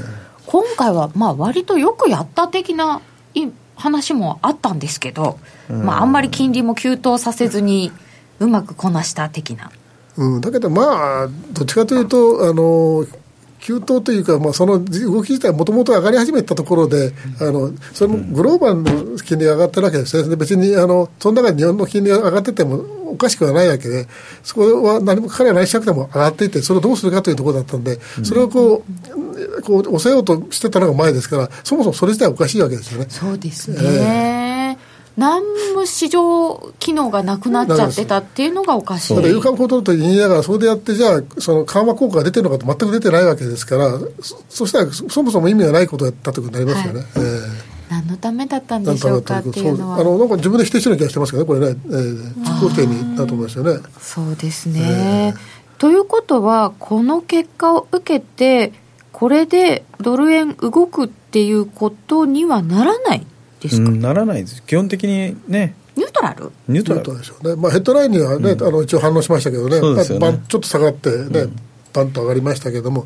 Speaker 1: 今回はまあ割とよくやった的ない話もあったんですけど、まあ、あんまり金利も急騰させずにうまくこなした的な
Speaker 3: うん、だけど、まあ、どっちかというと、あの急騰というか、まあ、その動き自体、もともと上がり始めたところで、あのそれもグローバルの金利が上がってるわけですね、で別にあのその中に日本の金利が上がっててもおかしくはないわけで、そこは何も彼は何しなくても上がっていて、それをどうするかというところだったんで、それをこう、こう抑えようとしてたのが前ですから、そもそもそれ自体おかしいわけですよね。
Speaker 1: そうですね、何も市場機能がなくなっちゃってたっていうのがおかしい
Speaker 3: ただ、有価コントロールと言いながら、それでやって、じゃあ、その緩和効果が出てるのかと全く出てないわけですから、そそしたらそ、そもそも意味がないことだったということになりますよね。
Speaker 1: はい
Speaker 3: え
Speaker 1: 何のためだったん
Speaker 3: えな
Speaker 1: で
Speaker 3: ん
Speaker 1: し
Speaker 3: と
Speaker 1: ょうか
Speaker 3: か
Speaker 1: っ
Speaker 3: という
Speaker 1: て
Speaker 3: と
Speaker 1: いう
Speaker 3: そう
Speaker 1: の
Speaker 3: あ
Speaker 1: は
Speaker 3: のなんか自分で否定してるような気がしてますけどね、これね、ええ自己肯定にだと思いますよね。
Speaker 1: そうですね、ということはこの結果を受けてこれでドル円動くっていうことにはならないですか、
Speaker 2: うんならないです基本的にね
Speaker 1: ニュートラル
Speaker 2: ニュート
Speaker 3: とい
Speaker 2: ラ
Speaker 3: うこと
Speaker 2: ル
Speaker 3: でしょうね。まあ、ヘッドラインにはね、あの一応反応しましたけどね、
Speaker 2: そうですよね
Speaker 3: まあバンちょっと下がってね、バンと上がりましたけども、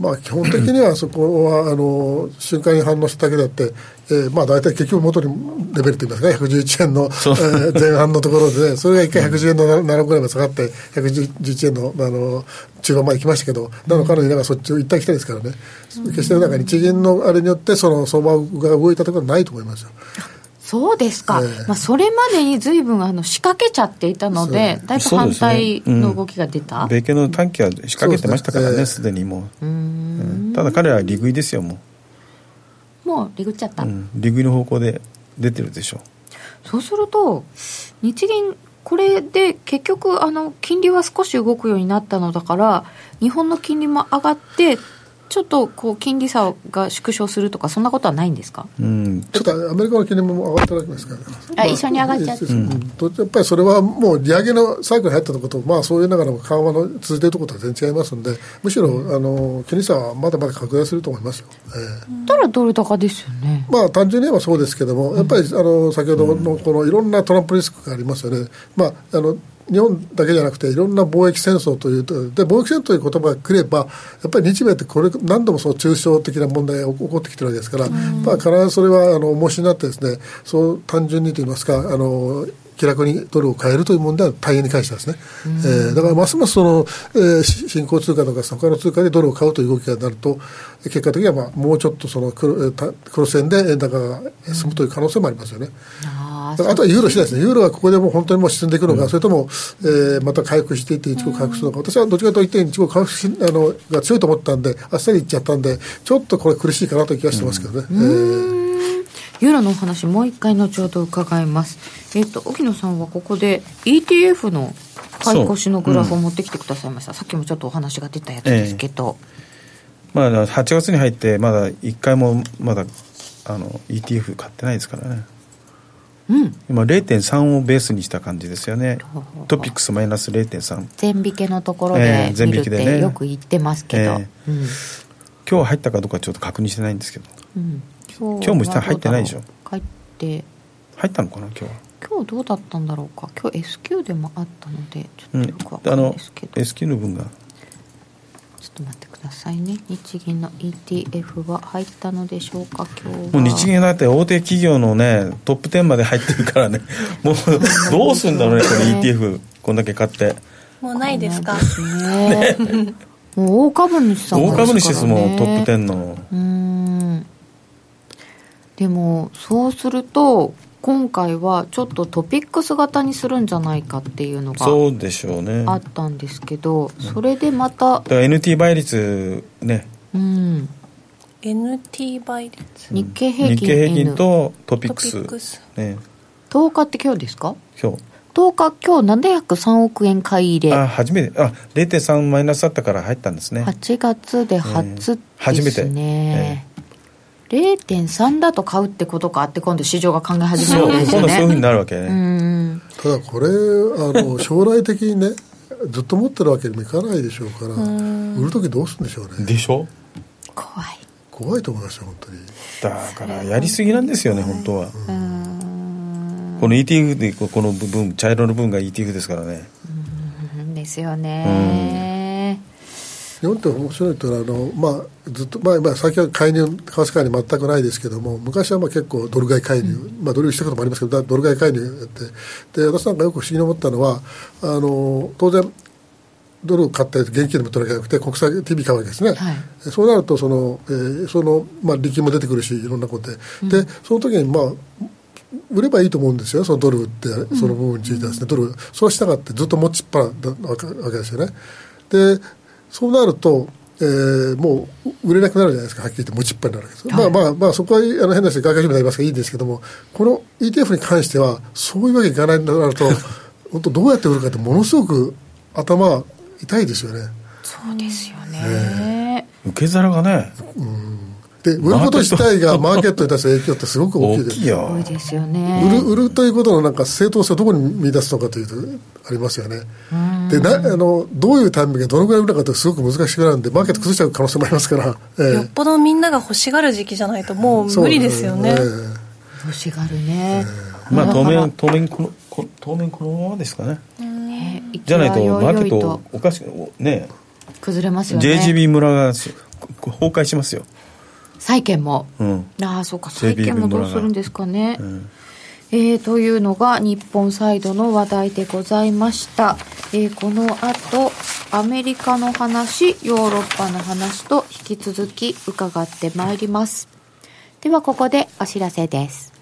Speaker 3: まあ、基本的にはそこはあの瞬間に反応しただけであって、えーまあ、大体結局元にレベルといいますか、111円の、えー前半のところでね、それが一回110円の7ぐらいまで下がって、111円のあの中盤まで来ましたけど、なのかのになんかそっちを一体来たですからね、決してなんか日銀のあれによって、その相場が動いたところはないと思いますよ。
Speaker 1: そうですか、
Speaker 3: ええ
Speaker 1: まあ、それまでに随分あの仕掛けちゃっていたのでだいぶ反対の動きが出た、
Speaker 2: 米系の短期は仕掛けてましたから
Speaker 3: そうで
Speaker 2: ね
Speaker 3: す
Speaker 2: すで、にもう、うんただ彼らは利食いですよも
Speaker 1: もうリグっちゃった、
Speaker 2: う、うん、利食いの方向で出てるでしょ
Speaker 1: そうすると日銀これで結局あの金利は少し動くようになったのだから日本の金利も上がってちょっとこう金利差が縮小するとかそんなことはないんですか
Speaker 2: う、うん、
Speaker 3: ちょっとアメリカの金利も上がってるわけですから、
Speaker 1: あ一緒に上がっちゃって
Speaker 3: うんとやっぱりそれはもう利上げのサイクルに入ったとこと、まあ、そういうながらも緩和の続いているとことは全然違いますので、むしろあの金利差はまだまだ拡大すると思いますよ。ええ
Speaker 1: だったらドル高ですよね
Speaker 3: まあ、単純に言えばそうですけども、やっぱりあの先ほどのこのいろんなトランプリスクがありますよね。まああの日本だけじゃなくていろんな貿易戦争というとで貿易戦という言葉が来ればやっぱり日米ってこれ何度もそう抽象的な問題が起こってきてるわけですから、まあ、必ずそれはあの重しになってですねそう単純にと言いますかあの気楽にドルを買えるという問題は大変に関してはですね、えーだからますますその、えーし新興通貨とか他の通貨でドルを買うという動きになると結果的には、まあ、もうちょっとその黒えーた黒線で円高が進むという可能性もありますよね。
Speaker 1: あ
Speaker 3: だからあとはユーロ次第ですね、ユーロはここでもう本当にもう沈んでいくのか、それとも、えーまた回復していって、1を回復するのか、私はどっちかというと、1を回復しあのが強いと思ったんで、あっさりいっちゃったんで、ちょっとこれ、苦しいかなという気がしてますけどね。えー
Speaker 1: ユーロのお話もう一回後ほど伺いますえっ、と沖野さんはここで ETF の買い越しのグラフを持ってきてくださいました、さっきもちょっとお話が出たやつですけど、
Speaker 2: まあ、8月に入ってまだ1回もまだあの ETF 買ってないですからね
Speaker 1: うん
Speaker 2: 今0.3をベースにした感じですよね
Speaker 1: ほうほうほう
Speaker 2: トピックスマイナス0.3
Speaker 1: 全引けのところ
Speaker 2: え
Speaker 1: で
Speaker 2: え全
Speaker 1: 見る
Speaker 2: 引
Speaker 1: っ
Speaker 2: きでね
Speaker 1: てよく言ってますけど、
Speaker 2: ええ
Speaker 1: うん
Speaker 2: 今日入ったかどうかちょっと確認してないんですけど
Speaker 1: うん今
Speaker 2: 今日も実は入ってないでしょ
Speaker 1: 入って
Speaker 2: 入ったのかな今日は、
Speaker 1: 今日どうだったんだろうか今日 S q でもあったのでち
Speaker 2: う
Speaker 1: ょっ
Speaker 2: ん
Speaker 1: とよくわ、か
Speaker 2: あ
Speaker 1: んない
Speaker 2: の
Speaker 1: ですけど、ちょ
Speaker 2: S q の分が
Speaker 1: っと待ってくださいね日銀の ETF は入ったのでしょうか今日
Speaker 2: も
Speaker 1: は
Speaker 2: う日銀だって大手企業のねトップ10まで入ってるか らねもうどうすんだろうねこ
Speaker 1: ね
Speaker 2: れ ETF こんだけ買って
Speaker 4: もうないですか
Speaker 1: ねもう大株主さん
Speaker 2: 大
Speaker 1: がですからね
Speaker 2: 株主ですもんトップ10の
Speaker 1: うーんでもそうすると今回はちょっとトピックス型にするんじゃないかっていうのが
Speaker 2: そうでしょうね
Speaker 1: あ
Speaker 2: だ
Speaker 1: っ
Speaker 2: か
Speaker 1: たんですけど、それでまた、
Speaker 2: ら NT 倍率ね
Speaker 1: うん、
Speaker 4: NT 倍率
Speaker 1: 日経平
Speaker 2: 日
Speaker 1: 均
Speaker 2: 経平均
Speaker 1: N
Speaker 2: とトピッ
Speaker 4: ト
Speaker 2: ク
Speaker 4: ピ
Speaker 2: ス
Speaker 4: ックス
Speaker 2: ね
Speaker 1: 10日って今日ですか
Speaker 2: 今日
Speaker 1: 10日今日703億円買い入れ
Speaker 2: あ初めてあ0.3マイナスだったから入ったんですね
Speaker 1: 8月で初ですね、0.3だと買うってことかって今度市場が考え始め
Speaker 2: そ
Speaker 1: る
Speaker 2: う今
Speaker 1: ん
Speaker 2: 度
Speaker 1: です
Speaker 2: そう
Speaker 1: よ
Speaker 2: いうふう
Speaker 1: ね
Speaker 2: になるわけ
Speaker 1: う
Speaker 2: ね、
Speaker 1: ん
Speaker 3: ただこれあの将来的 にねずっと持ってるわけにもいかないでしょうから売る時どうするんでしょうね
Speaker 2: でしょ
Speaker 1: 怖い
Speaker 3: 怖いと思いますよ本当に
Speaker 2: だからやりすぎなんですよね本当は、
Speaker 1: うーん
Speaker 2: この ETF でここの部分茶色の部分が ETF ですからね
Speaker 1: うんですよね
Speaker 3: 日本って面白いとあの、まあ、ずっと、まあ、まあ、先は介入、為替介入全くないですけども、昔はまあ結構ドル買い介入、まあ、ドル売りしたこともありますけど、だドル買い介入やって、で、私なんかよく不思議に思ったのは、あの、当然、ドルを買ったやつ現金でも取るわけじゃなくて、国際 TV 買うわけですね。
Speaker 1: はい
Speaker 3: そうなるとその、えーそのまあ、利金も出てくるし、いろんなことで、でその時にまあ売ればいいと思うんですよ、そのドル売って、その部分についてはですね、ドル、そうしたがってずっと持ちっぱなわけわけですよね。で、そうなると、えーもう売れなくなるじゃないですか、はっきり言って持ちっぱになるわけです。
Speaker 1: はい
Speaker 3: まあまあ、まあ、そこはあの変な話で外貨準備になりますからいいんですけども、この ETF に関しては、そういうわけいかないとな ると、本当、どうやって売るかって、ものすごく頭、痛いですよね。
Speaker 1: そうですよね
Speaker 2: 受け皿がね
Speaker 3: で売ること自体がマーケットに対する影響ってすごく大きい
Speaker 2: 大
Speaker 3: で
Speaker 2: きい
Speaker 3: す。
Speaker 2: よ
Speaker 1: 多いですよ
Speaker 3: 売る
Speaker 1: ね
Speaker 3: 売るということのなんか正当性をどこに見出すのかというとありますよね。でなあのどういうタイミングでどのぐらい売るのかってすごく難しくなるんでマーケット崩しちゃう可能性もありますから。え
Speaker 4: よっぽどみんなが欲しがる時期じゃないともう
Speaker 3: そう
Speaker 4: 無理ですよね
Speaker 3: ええ
Speaker 1: 欲しがるね
Speaker 2: まあ
Speaker 1: な
Speaker 2: 当
Speaker 1: かな
Speaker 2: 面当面このこ当面このままですかね
Speaker 1: ね
Speaker 2: じゃないと
Speaker 1: 勢よ
Speaker 2: マーケッ
Speaker 1: よい
Speaker 2: トおかしくね
Speaker 1: 崩れますよね
Speaker 2: JGB 村がしこ崩壊しますよ
Speaker 1: 債券も
Speaker 2: うん、
Speaker 1: ああそうか
Speaker 2: JB
Speaker 1: 債券もどうするんですかね、
Speaker 2: うん
Speaker 1: えーというのが日本サイドの話題でございました、えーこの後アメリカの話ヨーロッパの話と引き続き伺ってまいりますではここでお知らせです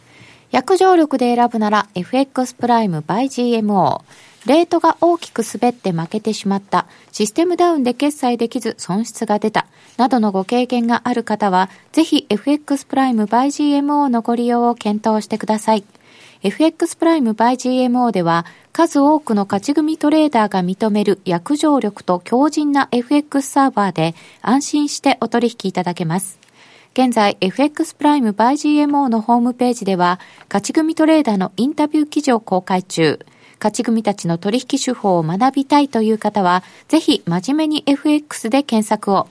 Speaker 1: 約定力で選ぶなら FX プライム by GMO レートが大きく滑って負けてしまったシステムダウンで決済できず損失が出たなどのご経験がある方はぜひ FX プライム by GMO のご利用を検討してください FX プライム by GMO では数多くの勝ち組トレーダーが認める約定力と強靭な FX サーバーで安心してお取引いただけます現在 FX プライム by GMO のホームページでは勝ち組トレーダーのインタビュー記事を公開中勝ち組たちの取引手法を学びたいという方はぜひ真面目に FX で検索を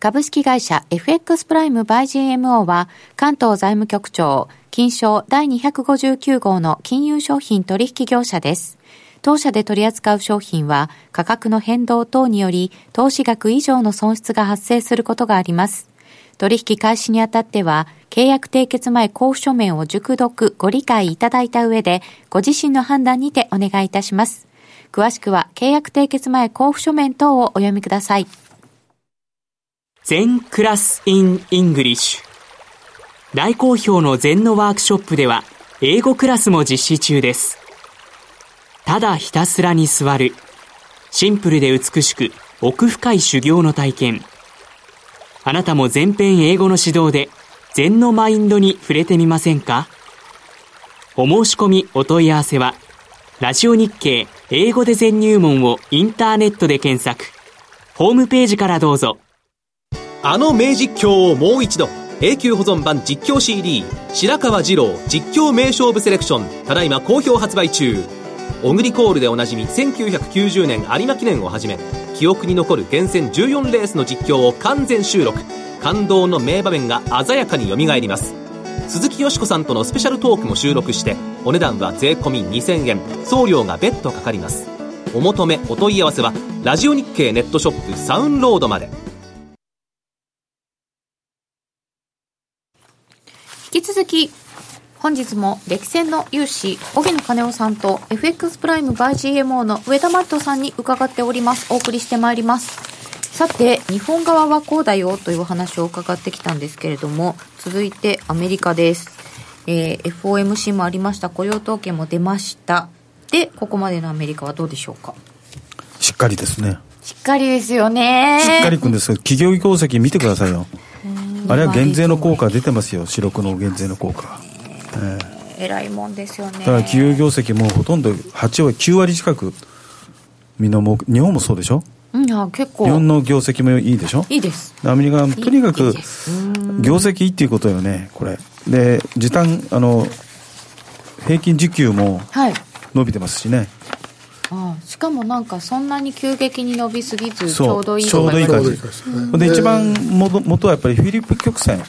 Speaker 1: 株式会社 FX プライムバイ GMO は関東財務局長金賞第259号の金融商品取引業者です。当社で取り扱う商品は価格の変動等により投資額以上の損失が発生することがあります。取引開始にあたっては契約締結前交付書面を熟読ご理解いただいた上でご自身の判断にてお願いいたします。詳しくは契約締結前交付書面等をお読みください。
Speaker 6: 全クラス in English 大好評の全のワークショップでは英語クラスも実施中ですただひたすらに座るシンプルで美しく奥深い修行の体験あなたも全編英語の指導で禅のマインドに触れてみませんかお申し込みお問い合わせはラジオ日経英語で全入門をインターネットで検索ホームページからどうぞ
Speaker 7: あの名実況をもう一度永久保存版実況 CD 白川二郎実況名勝負セレクションただいま好評発売中オグリコールでおなじみ1990年有馬記念をはじめ記憶に残る厳選14レースの実況を完全収録感動の名場面が鮮やかによみがえります鈴木よしこさんとのスペシャルトークも収録してお値段は税込み2000円送料が別途かかりますお求めお問い合わせはラジオ日経ネットショップサウンロードまで
Speaker 1: 引き続き本日も歴戦の有志荻野金夫さんと FX プライム by GMO の上田マットさんに伺っておりますお送りしてまいりますさて日本側はこうだよというお話を伺ってきたんですけれども続いてアメリカです、えー FOMC もありました雇用統計も出ましたでここまでのアメリカはどうでしょうか
Speaker 2: しっかりですね
Speaker 1: しっかりですよね
Speaker 2: しっかりいくんですけど企業業績見てくださいよあれは減税の効果出てますよ四六の減税の効果
Speaker 1: えらいもんですよね
Speaker 2: だから企業業績もほとんど8割9割近くみんなもう日本もそうでしょ
Speaker 1: うんあ結構
Speaker 2: 日本の業績もいいでしょ
Speaker 1: いいです
Speaker 2: アメリカはとにか
Speaker 1: いい
Speaker 2: く
Speaker 1: です
Speaker 2: 業績いいっていうことよねこれで時短あの平均時給も
Speaker 1: はい
Speaker 2: 伸びてますしね
Speaker 1: あうん、しかもなんかそんなに急激に伸びすぎずち
Speaker 2: そう
Speaker 1: ょうどいい
Speaker 2: ちょうどいい
Speaker 1: とこ
Speaker 2: 感
Speaker 1: ろ
Speaker 2: じ
Speaker 1: に
Speaker 2: で一番元元はやっぱりフィリップ曲線フ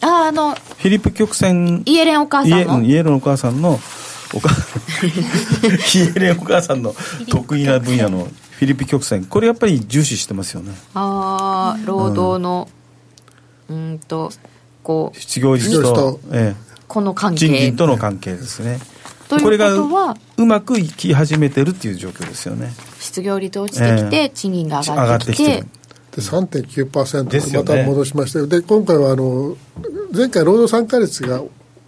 Speaker 1: あああの
Speaker 2: ィリップ曲線
Speaker 1: イエレンお母さんの
Speaker 2: イエイエレンお母さんのお 母イエレンお母さんの得意な分野のフィリップ曲線これやっぱり重視してますよね
Speaker 1: ああ労働のうんとこ
Speaker 2: 失業率
Speaker 3: 失業
Speaker 2: と
Speaker 3: 率と
Speaker 2: え
Speaker 1: うこの関
Speaker 2: え、
Speaker 1: 係
Speaker 2: 賃金との関係ですね
Speaker 1: ということは
Speaker 2: これがううまくいき始めてるっていう状況ですよね
Speaker 1: 失業率落ちてきて、
Speaker 2: ええ
Speaker 1: 賃金が上がってきて
Speaker 2: 上がってきて
Speaker 3: で3.9%
Speaker 2: ですよ
Speaker 3: ま
Speaker 2: ね
Speaker 3: た戻しましたよで,、今回はあの前回労働参加率が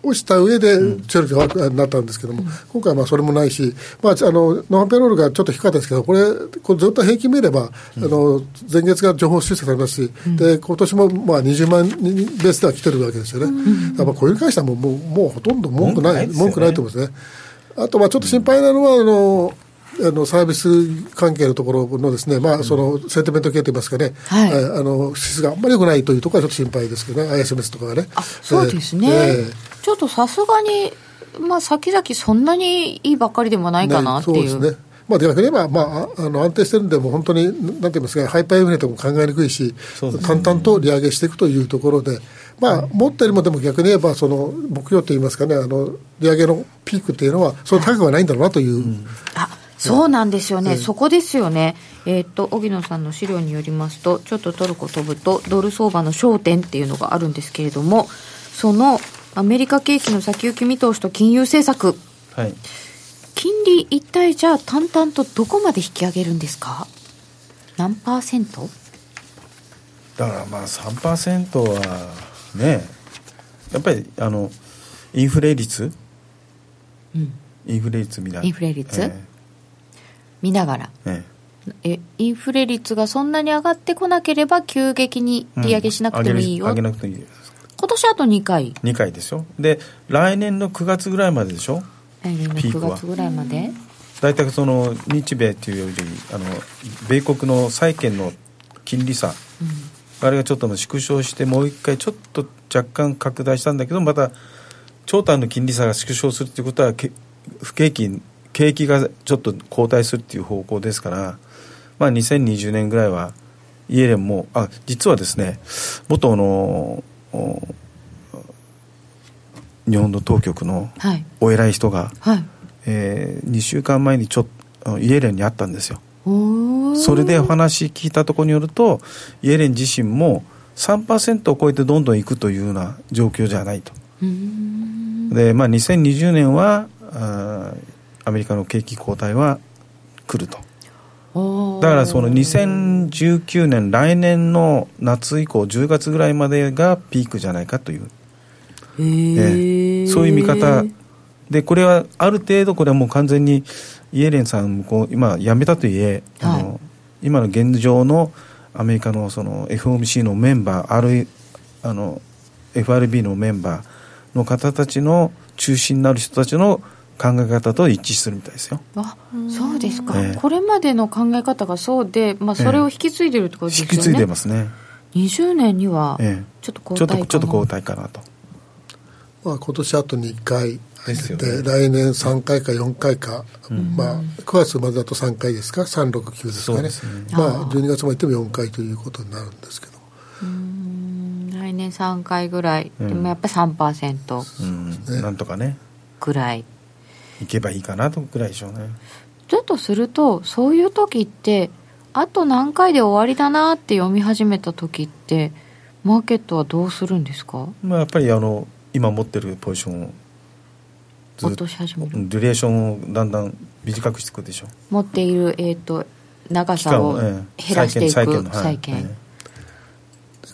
Speaker 3: 落ちた上で中力が悪くなったんですけども、今回はまあそれもないし、まあ、あのノンアペロールがちょっと低かったですけどこれこのずっと平均見れば、あの前月が情報修正されますし、で今年もまあ20万人ベースでは来てるわけですよね、だからまあこれに関してはもうもうもうほとんど文句ない
Speaker 2: 文句ないですよね
Speaker 3: 文句ないと思うんですね。あとまあちょっと心配なのは、あのあのサービス関係のところのですね、まあ、そのセンティメント系といいますかね、
Speaker 1: はい
Speaker 3: えーあの指数があんまり良くないというところはちょっと心配ですけどね、ISMS とかがね。
Speaker 1: あそうですね、
Speaker 3: えーえ
Speaker 1: ちょっとさすがに、まあ、先々そんなにいいばっかりでもない
Speaker 3: ー
Speaker 1: かなっていう
Speaker 3: そうですね。まあ、逆に言えば、まあ、ああの安定してるんで、もう本当に、なんて言いますか、ハイパーインフレとも考えにくいし、
Speaker 2: そうですね
Speaker 3: 淡々と利上げしていくというところで、まあ、持ったよりもでも逆に言えば、その目標といいますかね、あの利上げのピークっていうのは、その高くはないんだろうなという、
Speaker 1: あそうなんですよね、そこですよね、えーっと荻野さんの資料によりますと、ちょっとトルコ飛ぶと、ドル相場の焦点っていうのがあるんですけれども、そのアメリカ景気の先行き見通しと金融政策、
Speaker 2: はい
Speaker 1: 金利一体じゃあ、淡々とどこまで引き上げるんですか、何パーセント
Speaker 2: だからまあ3%はねやっぱりあのインフレ率、インフレ率みたいな
Speaker 1: インフレ率
Speaker 2: え
Speaker 1: 見ながら。
Speaker 2: ええ
Speaker 1: えインフレ率がそんなに上がってこなければ急激に
Speaker 2: え
Speaker 1: 利上げしなくてもいいよ、
Speaker 2: 上げ
Speaker 1: 今
Speaker 2: なくてもいいです
Speaker 1: 年あと2回
Speaker 2: 2回ですよで来年の9月ぐらいまででしょ
Speaker 1: 来年の
Speaker 2: ピー
Speaker 1: 9
Speaker 2: クは
Speaker 1: 月ぐらいまで
Speaker 2: 大体その日米というよりあの米国の債券の金利差、あれがちょっともう縮小してもう一回ちょっと若干拡大したんだけどまた長短の金利差が縮小するっていうことはけ不景気景気がちょっと後退するっていう方向ですから、まあ、2020年ぐらいはイエレンもあ実はですね元あのお日本の当局の
Speaker 1: はい
Speaker 2: お偉い人が
Speaker 1: はい
Speaker 2: え2週間前にちょっとあのイエレンに会ったんですよ
Speaker 1: おー
Speaker 2: それでお話聞いたところによるとイエレン自身も3%を超えてどんどん行くというような状況じゃないと
Speaker 1: うーん
Speaker 2: で、まあ、2020年はあーアメリカの景気後退は来ると
Speaker 1: おー
Speaker 2: だからその2019年来年の夏以降10月ぐらいまでがピークじゃないかという
Speaker 1: へー
Speaker 2: ええそういう見方でこれはある程度これはもう完全にイエレンさんもこう今辞めたといえ、あ
Speaker 1: はい
Speaker 2: の今の現状のアメリカのその FOMC のメンバーあるいあの FRB のメンバーの方たちの中心になる人たちの考え方と一致するみたいですよ
Speaker 1: あそうですか、
Speaker 2: ええ
Speaker 1: これまでの考え方がそうで、まあ、それを引き継いでるってことですよ
Speaker 2: 引
Speaker 1: ね、
Speaker 2: き継いでますね、
Speaker 1: 20年には
Speaker 2: ええ
Speaker 1: ちょっと後
Speaker 2: ちょっ
Speaker 1: 退か
Speaker 2: と
Speaker 1: な
Speaker 2: ちょっと後退かなと
Speaker 3: まあ、今年あと2回入って
Speaker 2: ですよ
Speaker 3: て、
Speaker 2: ね
Speaker 3: 来年3回か4回か、まあ、9月までだと3回ですか、3、6、9ですか
Speaker 2: そう
Speaker 3: ね、
Speaker 2: ですね
Speaker 3: まあ、12月まで行っても4回ということになるんですけど、
Speaker 1: うん来年3回ぐらい、
Speaker 2: うん
Speaker 1: でもやっぱ3%
Speaker 2: うんなんとかね
Speaker 1: ぐらい
Speaker 2: いけばいいかなとくらいでしょうね
Speaker 1: だとするとそういう時ってあと何回で終わりだなって読み始めた時ってマーケットはどうするんですか
Speaker 2: まあ、やっぱりあの今持ってるポジションをずっ
Speaker 1: 落とし始め
Speaker 2: う
Speaker 1: る
Speaker 2: んデュレーションをだんだん短くしていくでしょ
Speaker 1: 持っている、えー、と長
Speaker 2: 期
Speaker 1: さ
Speaker 2: 間
Speaker 1: を
Speaker 2: を、え
Speaker 1: 減
Speaker 2: え
Speaker 1: らしていく債券
Speaker 2: のはいえ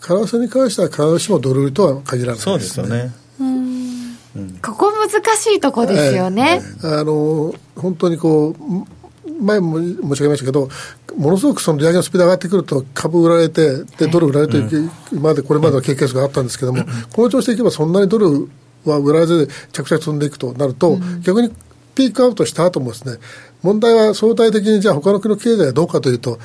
Speaker 3: 為替に関しては、必ずしもドル売りとは限ら
Speaker 2: え
Speaker 3: ない
Speaker 2: そうですよね
Speaker 1: ここ難しいとこですよね、
Speaker 3: あの本当にこうん前も申し上げましたけど、ものすごくその利上げのスピードが上がってくると、株売られて、でドル売られて今まで、これまでの経験値があったんですけども、この調子でいけば、そんなにドルは売られず、着々と積んでいくとなると、逆にピークアウトした後もですね、問題は相対的に、じゃあ、他の国の経済はどうかというと、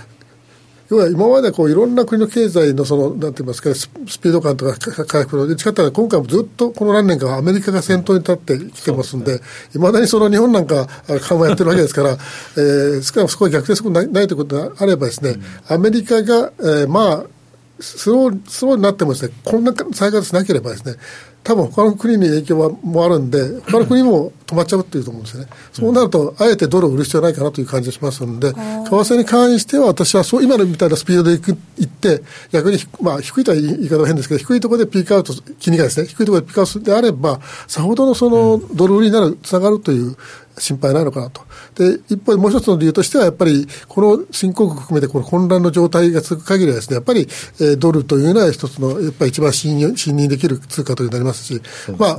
Speaker 3: 要は今までこういろんな国の経済のその、なんて言いますか、ススピード感とかか回復の、打ち方が今回もずっとこの何年かはアメリカが先頭に立ってきてますんで、いま、だにその日本なんかあ緩和やってるわけですから、えー、少なくともそこは逆転することないないということがあればですね、アメリカが、えー、まあ、スロー、スローになってもですね、こんな再開しなければですね、多分他の国に影響はもあるんで、他の国も止まっちゃうっていうと思うんですよね。そうなると、あえてドルを売る必要ないかなという感じがしますので、為替に関しては私はそう、今のみたいなスピードでいく行って、逆にひ、まあ、低いとは言い方が変ですけど、低いところでピークアウト、金利がですね、低いところでピークアウトするであれば、さほどのその、ドル売りになる、つながるという、心配ないのかなと。で、一方でもう一つの理由としては、やっぱり、この新興国含めて、この混乱の状態が続く限りはですね、やっぱり、えードルというのは一つの、やっぱり一番信任信任できる通貨ということになりますし、まあ、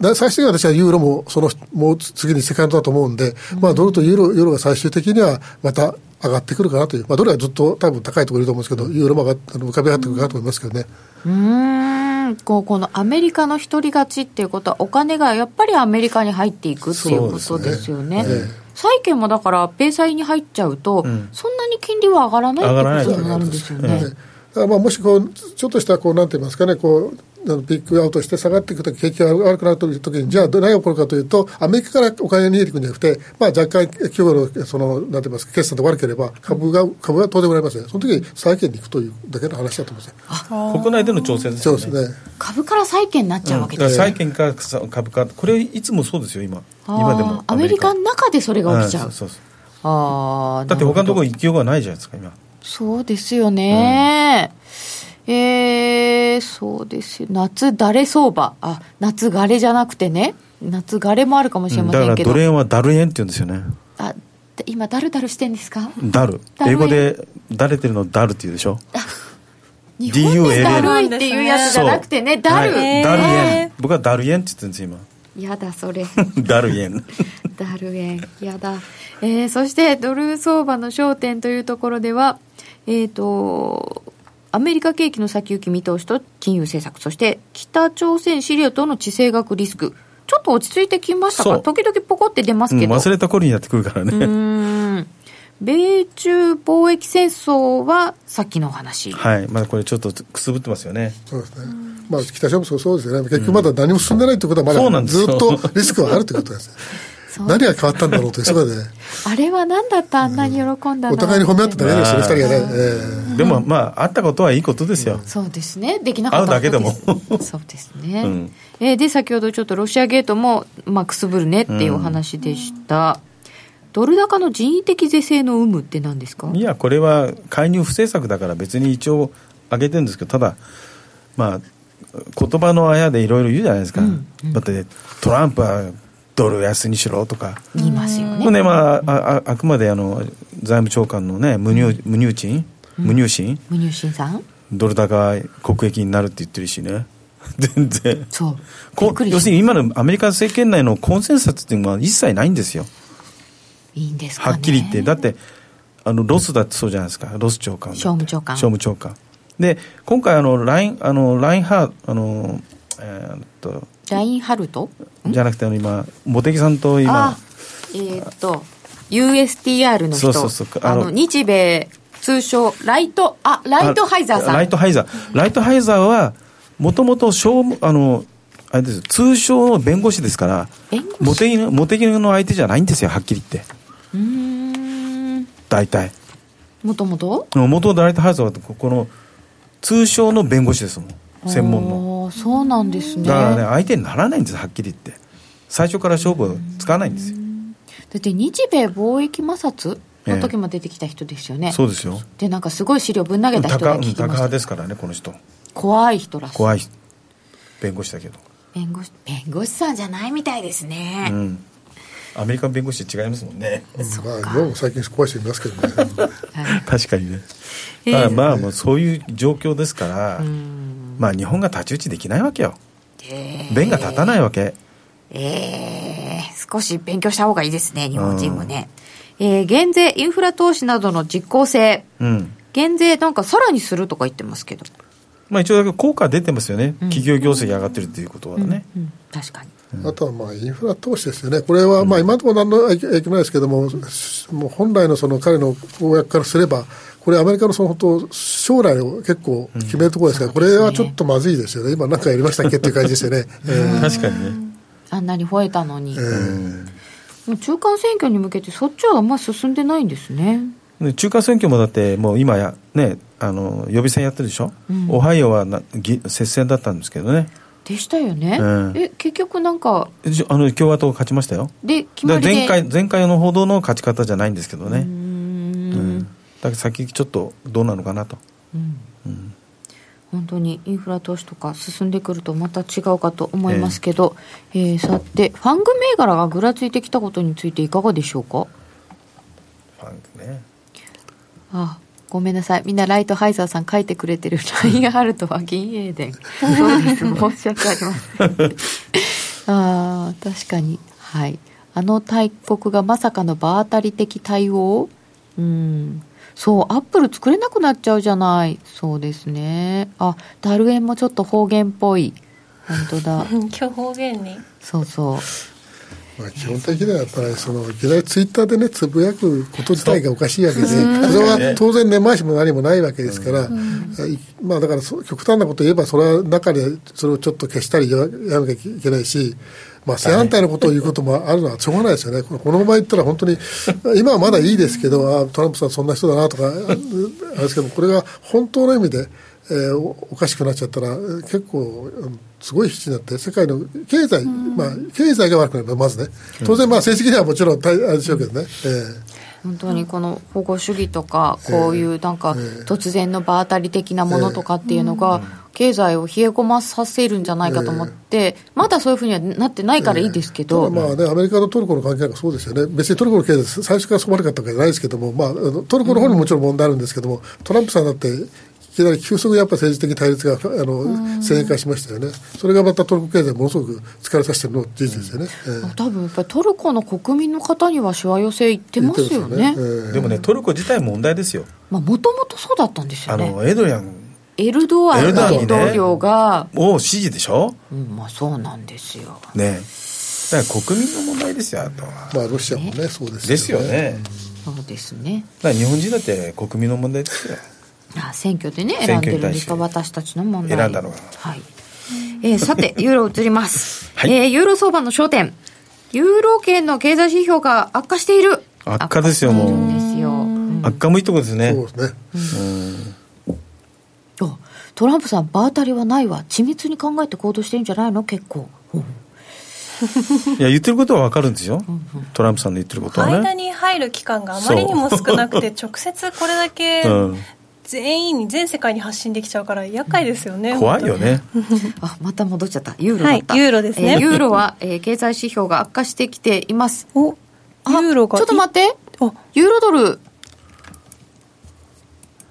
Speaker 3: だ最終的には私はユーロも、その、もう次にセカンドだと思うんで、まあ、ドルとユーロ、ユーロが最終的には、また、上がってくるかなという、まあ、ドルはずっと多分高いところいると思うんですけど、ユーロも上がっあの浮かび上がってくるかなと思いますけどね。
Speaker 1: うーんこうこのアメリカの独り勝ちっていうことはお金がやっぱりアメリカに入っていくっていうことですよね
Speaker 3: そうですねえ
Speaker 1: 債券もだから米債に入っちゃうと、
Speaker 2: ん
Speaker 1: そんなに金利は上がらないってことになるんですよね、
Speaker 3: だからまあもしこうちょっとしたこうなんて言いますかねこうあのピックアウトして下がっていくとき景気が悪くなるときにじゃあ何が起こるかというとアメリカからお金が逃げていくんじゃなくて、まあ、若干企業のそのなんて言いますか決算と悪ければ株が株が当然売られますよねその時に債券に行くというだけの話だと思うんですよ。
Speaker 2: 国内での調整です
Speaker 3: そ
Speaker 2: よ
Speaker 3: うで
Speaker 2: ね
Speaker 3: すね
Speaker 1: 株から債券になっちゃうわけ
Speaker 2: だか
Speaker 1: で
Speaker 2: ら
Speaker 1: すよ、
Speaker 2: 債券か株かこれいつもそうですよ今
Speaker 1: あー
Speaker 2: 今でも
Speaker 1: アメリカの中でそれが起きちゃう、
Speaker 2: んそうそうそう
Speaker 1: あー
Speaker 2: だって他の
Speaker 1: なるほ
Speaker 2: とこ
Speaker 1: ど
Speaker 2: ろ行きようがないじゃないですか今
Speaker 1: そうですよね、えーそうですよ夏だれ相場あ夏がれじゃなくてね夏がれもあるかもしれ
Speaker 2: うん
Speaker 1: ま
Speaker 2: だ
Speaker 1: せ
Speaker 2: か
Speaker 1: ん
Speaker 2: ら
Speaker 1: けど、
Speaker 2: ドル円はダル円って言うんですよね
Speaker 1: あで今だるだるしてんですか
Speaker 2: ダル
Speaker 1: ダル円
Speaker 2: 英語でだれてるのダルって言うでしょ
Speaker 1: 日本で
Speaker 2: DULL
Speaker 1: だるいっていうやつじゃなくてねだる、
Speaker 2: はい
Speaker 4: へー
Speaker 2: ダル円僕はダル円って言ってるんです
Speaker 1: やだそれ
Speaker 2: 今 ダル円
Speaker 1: ダル円やだ、えーそしてドル相場の焦点というところではえっ、とアメリカ景気の先行き見通しと金融政策そして北朝鮮資料との地政学リスクちょっと落ち着いてきました
Speaker 2: そ
Speaker 1: か
Speaker 2: う
Speaker 1: 時々ポコって出ます
Speaker 2: うん
Speaker 1: けど、
Speaker 2: 忘れた頃にやってくるから
Speaker 1: う
Speaker 2: ね
Speaker 1: ーん米中貿易戦争はさっきのお話、
Speaker 2: はいまだこれちょっとくすぶってますよね
Speaker 3: そうですねまあ、北朝鮮もそうそうですよね、結局まだ何も進んでないということ
Speaker 2: そ
Speaker 3: は、
Speaker 2: うな
Speaker 3: まだ
Speaker 2: んです
Speaker 3: ずっ
Speaker 2: よ
Speaker 3: とリスクはあるということですね、
Speaker 1: そう
Speaker 3: 何が変わったんだろうという、そこでね、
Speaker 1: あれは何だったあんなに喜んだの
Speaker 3: お互いに褒め合ってたらいいですよね、二人がね。ええ
Speaker 2: でもまあ会ったことはいいことですよ
Speaker 1: そうですねできなかった
Speaker 2: 会うだけでも
Speaker 1: ことですそうですね、
Speaker 2: うん
Speaker 1: えーで先ほどちょっとロシアゲートも、まあ、くすぶるねっていうお話でした、ドル高の人為的是正の有無って何ですか
Speaker 2: いやこれは介入不正策だから別に一応上げてるんですけどただまあ言葉のあやでいろいろ言うじゃないですか、だってトランプはドル安にしろとか、
Speaker 1: 言いますよ
Speaker 2: もう
Speaker 1: ね
Speaker 2: ねまああああくまであの財務長官のね無入無入賃無入信、
Speaker 1: 無入信さん
Speaker 2: ドル高国益になるって言ってるしね 全然
Speaker 1: そうびっ
Speaker 2: こ
Speaker 1: くり
Speaker 2: 要
Speaker 1: し
Speaker 2: す
Speaker 1: た
Speaker 2: るに今のアメリカ政権内のコンセンサスっていうのは一切ないんですよ
Speaker 1: いいんですか、ね、
Speaker 2: はっきり言って、だって、あのロスだってそうじゃないですか、ロス長官だって
Speaker 1: 商務長官
Speaker 2: 商務長官。で、今回あの、ライン、あの、ラインハー、あの、えーっと、
Speaker 1: ラインハルト
Speaker 2: じゃなくて、あの今、茂木さんと
Speaker 1: あ
Speaker 2: 今、
Speaker 1: えーっと USTR の人
Speaker 2: そうそうそう
Speaker 1: あ
Speaker 2: あ
Speaker 1: の
Speaker 2: の
Speaker 1: 日米通称ライトあライトハイザーさ
Speaker 2: あ
Speaker 1: ん
Speaker 2: ライトハイザー。ライトハイザーは、もともと、商務、あの、あれです、通称の弁護士ですから
Speaker 1: 弁護、士
Speaker 2: 茂木の、茂木の相手じゃないんですよ、はっきり言って。
Speaker 1: うーん
Speaker 2: 大体。
Speaker 1: もともと
Speaker 2: 元々ライトハイザーは、ここの、通称の弁護士ですもん、専門
Speaker 1: あー
Speaker 2: の。
Speaker 1: そうなんですね
Speaker 2: だからね相手にならないんですはっきり言って最初から勝負つかないんですよ
Speaker 1: だって日米貿易摩擦の時も出てきた人ですよね、
Speaker 2: そうですよ
Speaker 1: でなんかすごい資料ぶん投げた
Speaker 2: 高
Speaker 1: 人が
Speaker 2: うん
Speaker 1: 聞きま
Speaker 2: 高
Speaker 1: し
Speaker 2: 派
Speaker 1: た
Speaker 2: ですからねこの人
Speaker 1: 怖い人らしい
Speaker 2: 怖い人弁護士だけど
Speaker 1: 弁護士弁護士さんじゃないみたいです
Speaker 2: う
Speaker 1: ね、
Speaker 2: んアメリカン弁護士違いますもんね
Speaker 3: まあ、どうも最近怖い人いますけどね。
Speaker 1: はい
Speaker 2: 確かにね
Speaker 1: ええ
Speaker 2: まあまあもうそういう状況ですからまあ日本が太刀打ちできないわけよ弁が立たないわけ
Speaker 1: えー少し勉強した方がいいですね日本人もね、えー減税インフラ投資などの実効性
Speaker 2: うん
Speaker 1: 減税なんかさらにするとか言ってますけど、
Speaker 2: まあ一応だけど効果は出てますよね企業業績上がってるっていうことはね
Speaker 1: うん、確かに
Speaker 3: あとはまあインフラ投資ですよね、これはまあ今のところ何の影響ないですけども、もう本来のその彼の公約からすれば、これ、アメリカのその本当、将来を結構決めるところですから、これはちょっとまずいですよね、今、なんかやりましたっけっていう感じですよ ね。えー
Speaker 2: 確かにね。
Speaker 1: あんなに吠えたのに、
Speaker 3: えー
Speaker 1: もう中間選挙に向けてそっちはあんまり進んでないんですね
Speaker 2: で中間選挙もだって、もう今や、ね、あの予備選やってるでしょ、オハイオはなぎ接戦だったんですけどね、
Speaker 1: でしたよね、
Speaker 2: うん
Speaker 1: え結局なんか
Speaker 2: じあの共和党が勝ちましたよ、
Speaker 1: で決ま
Speaker 2: だ
Speaker 1: り
Speaker 2: か
Speaker 1: で
Speaker 2: ら前回前回のほどの勝ち方じゃないんですけどね、
Speaker 1: うー
Speaker 2: うんんだから先、ちょっとどうなのかなと、
Speaker 1: 本当にインフラ投資とか進んでくるとまた違うかと思いますけど、えーさてファング銘柄がぐらついてきたことについていかがでしょうか
Speaker 2: ファンクね、
Speaker 1: あごめんなさいみんなライトハイザーさん書いてくれ てる LINE があるとは銀英伝そうです申し訳ありません あー確かにはいあの大国がまさかの場当たり的対応うんそうアップル作れなくなっちゃうじゃないそうですねあダル円もちょっと方言っぽい本当 だ
Speaker 4: 今日方言に
Speaker 1: そうそう
Speaker 3: まあ、基本的にはやっぱりそのいきなりツイッターでねつぶやくこと自体がおかしいわけでそれは当然根回しも何もないわけですから、いまあだからそう極端なことを言えばそれは中でそれをちょっと消したりややらなきゃいけないし。まあ、正反対のことを言うこともあるのはしょうがないですよね、このこの場合言ったら、本当に、今はまだいいですけど、あトランプさん、そんな人だなとか、ああれですけど、これが本当の意味で、えーおおかしくなっちゃったら、えー結構、うんすごい必死になって、世界の経済、まあ、経済が悪くなれば、まずね、当然、まあ、政治的にはもちろん大、あれでしょうけどね、え
Speaker 1: 本当にこの保護主義とかこういうなんか突然の場当たり的なものとかっていうのが経済を冷え込まさせるんじゃないかと思ってまだそういうふうにはなってないからいいですけ
Speaker 3: えただ
Speaker 1: ど
Speaker 3: まあね、アメリカとトルコの関係なんかそうですよね、別にトルコの経済、最初からそう悪かったわけじゃないですけども、まああの、トルコの方にももちろん問題あるんですけども、トランプさんだって、いきなり急速にやっぱ政治的対立があの先鋭化しましたよね、それがまたトルコ経済、ものすごく疲れさせてるのは事実ですよね。ええ
Speaker 1: 多分やっぱりトルコの国民の方にはしわ寄せいってますよね
Speaker 3: ええ
Speaker 2: でもね、トルコ自体問題ですよ、
Speaker 1: まあもともとそうだったんですよ
Speaker 2: あ
Speaker 1: ね
Speaker 2: のエドリアン
Speaker 1: エルドアン大統領が、
Speaker 2: を支持でしょ、
Speaker 1: うんまあそうなんですよ
Speaker 2: ね、だから国民の問題ですよ、あとは。
Speaker 3: まあ、ロシアもね、そうです
Speaker 2: ですよね。
Speaker 1: そうですね
Speaker 2: だから日本人だって国民の問題ですよ。
Speaker 1: あ選挙でね
Speaker 2: 選
Speaker 1: 選ん
Speaker 2: 挙
Speaker 1: でる
Speaker 2: に対
Speaker 1: んで
Speaker 2: して
Speaker 1: すか私たちの問題
Speaker 2: 選んだのが
Speaker 1: はい、えーさ てユーロ移ります、
Speaker 2: はい
Speaker 1: えーユーロ相場の焦点ユーロ圏の経済指標が悪化している
Speaker 2: 悪化ですよ
Speaker 1: 悪化している
Speaker 2: もうん
Speaker 1: ですようん
Speaker 2: 悪化もいいとこですね
Speaker 3: そう。ですね。
Speaker 1: あトランプさん場当たりはないわ緻密に考えて行動してるんじゃないの結構
Speaker 2: いや、言ってることはわかるんですよ。トランプさんの言ってることは
Speaker 4: 間
Speaker 2: ね。
Speaker 4: に入る期間があまりにも少なくて直接これだけ
Speaker 2: うん
Speaker 4: 全員に全世界に発信できちゃうから厄介ですよね
Speaker 2: 怖いよね。
Speaker 1: あまた戻っちゃったユーロだった、
Speaker 4: はいユーロですね
Speaker 1: えユーロは、えー経済指標が悪化してきています
Speaker 4: 本当に
Speaker 1: あ
Speaker 4: おユーロが
Speaker 1: ちょっと待って
Speaker 4: あ
Speaker 1: ユーロドル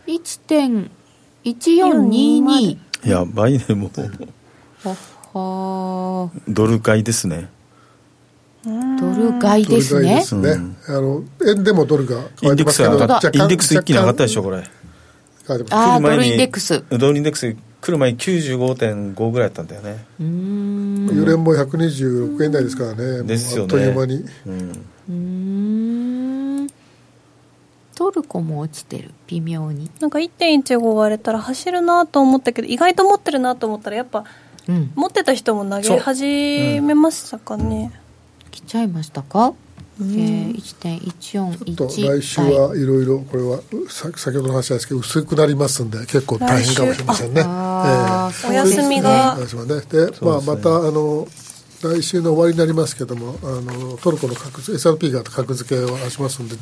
Speaker 1: 1.1422
Speaker 2: やばいね、もう。
Speaker 1: はは
Speaker 2: ドル買いですね。
Speaker 1: ドル買い
Speaker 3: ド
Speaker 1: で
Speaker 3: ル
Speaker 1: す
Speaker 3: 買い
Speaker 1: ね
Speaker 3: ですね。あの、円でもドルが
Speaker 2: インデックスが上がっ
Speaker 3: 若干
Speaker 2: インデックス一気に上がったでしょ、これ。
Speaker 3: 若干上がってます
Speaker 1: あー
Speaker 2: 来る
Speaker 1: ド
Speaker 2: 前に
Speaker 1: ルインデックス
Speaker 2: ドルインデックス来る前に95.5ぐらいだったんだよね。
Speaker 1: うーん
Speaker 3: ユーレンも126円台ですからね。
Speaker 2: ですよね
Speaker 3: もうあっという間に。
Speaker 2: うん。
Speaker 1: うーんトルコも落ちてる微妙に
Speaker 4: なんか1.15割れたら走るなと思ったけど意外と持ってるなと思ったらやっぱ
Speaker 1: うん
Speaker 4: 持ってた人も投げ始めましたかね、
Speaker 1: 来ちゃいましたか、えー、1.141
Speaker 3: と来週はいろいろこれはさ先ほどの話なんですけど薄くなりますんで結構大変かもしれませんね。
Speaker 1: あー
Speaker 4: お休みが
Speaker 3: そうですね来週はねでまあまたあの来週の終わりになりますけどもあのトルコの格付 S&P が格付けをしますんで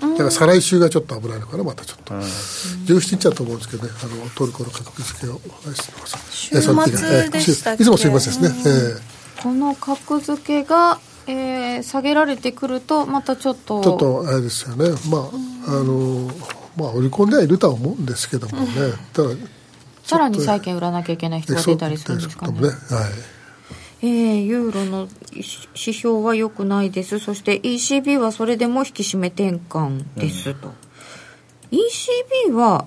Speaker 3: だから再来週がちょっと危ないのかなまたちょっと17日だと思うんですけどねあのトルコの格付けを来週の
Speaker 4: 週末でしたっけ
Speaker 3: いつもすいませんですね。ええ
Speaker 1: この格付けが、えー下げられてくるとまたちょっと
Speaker 3: ちょっとあれですよね、まあ、あの、まあ、織り込んではいるとは思うんですけどもね、ただ、
Speaker 1: さらに債券売らなきゃいけない人が出たりするんですか
Speaker 3: そう
Speaker 1: ね
Speaker 3: ですけどもねはい。
Speaker 1: えーユーロの指標は良くないですそして ECB はそれでも引き締め転換ですと、ECB は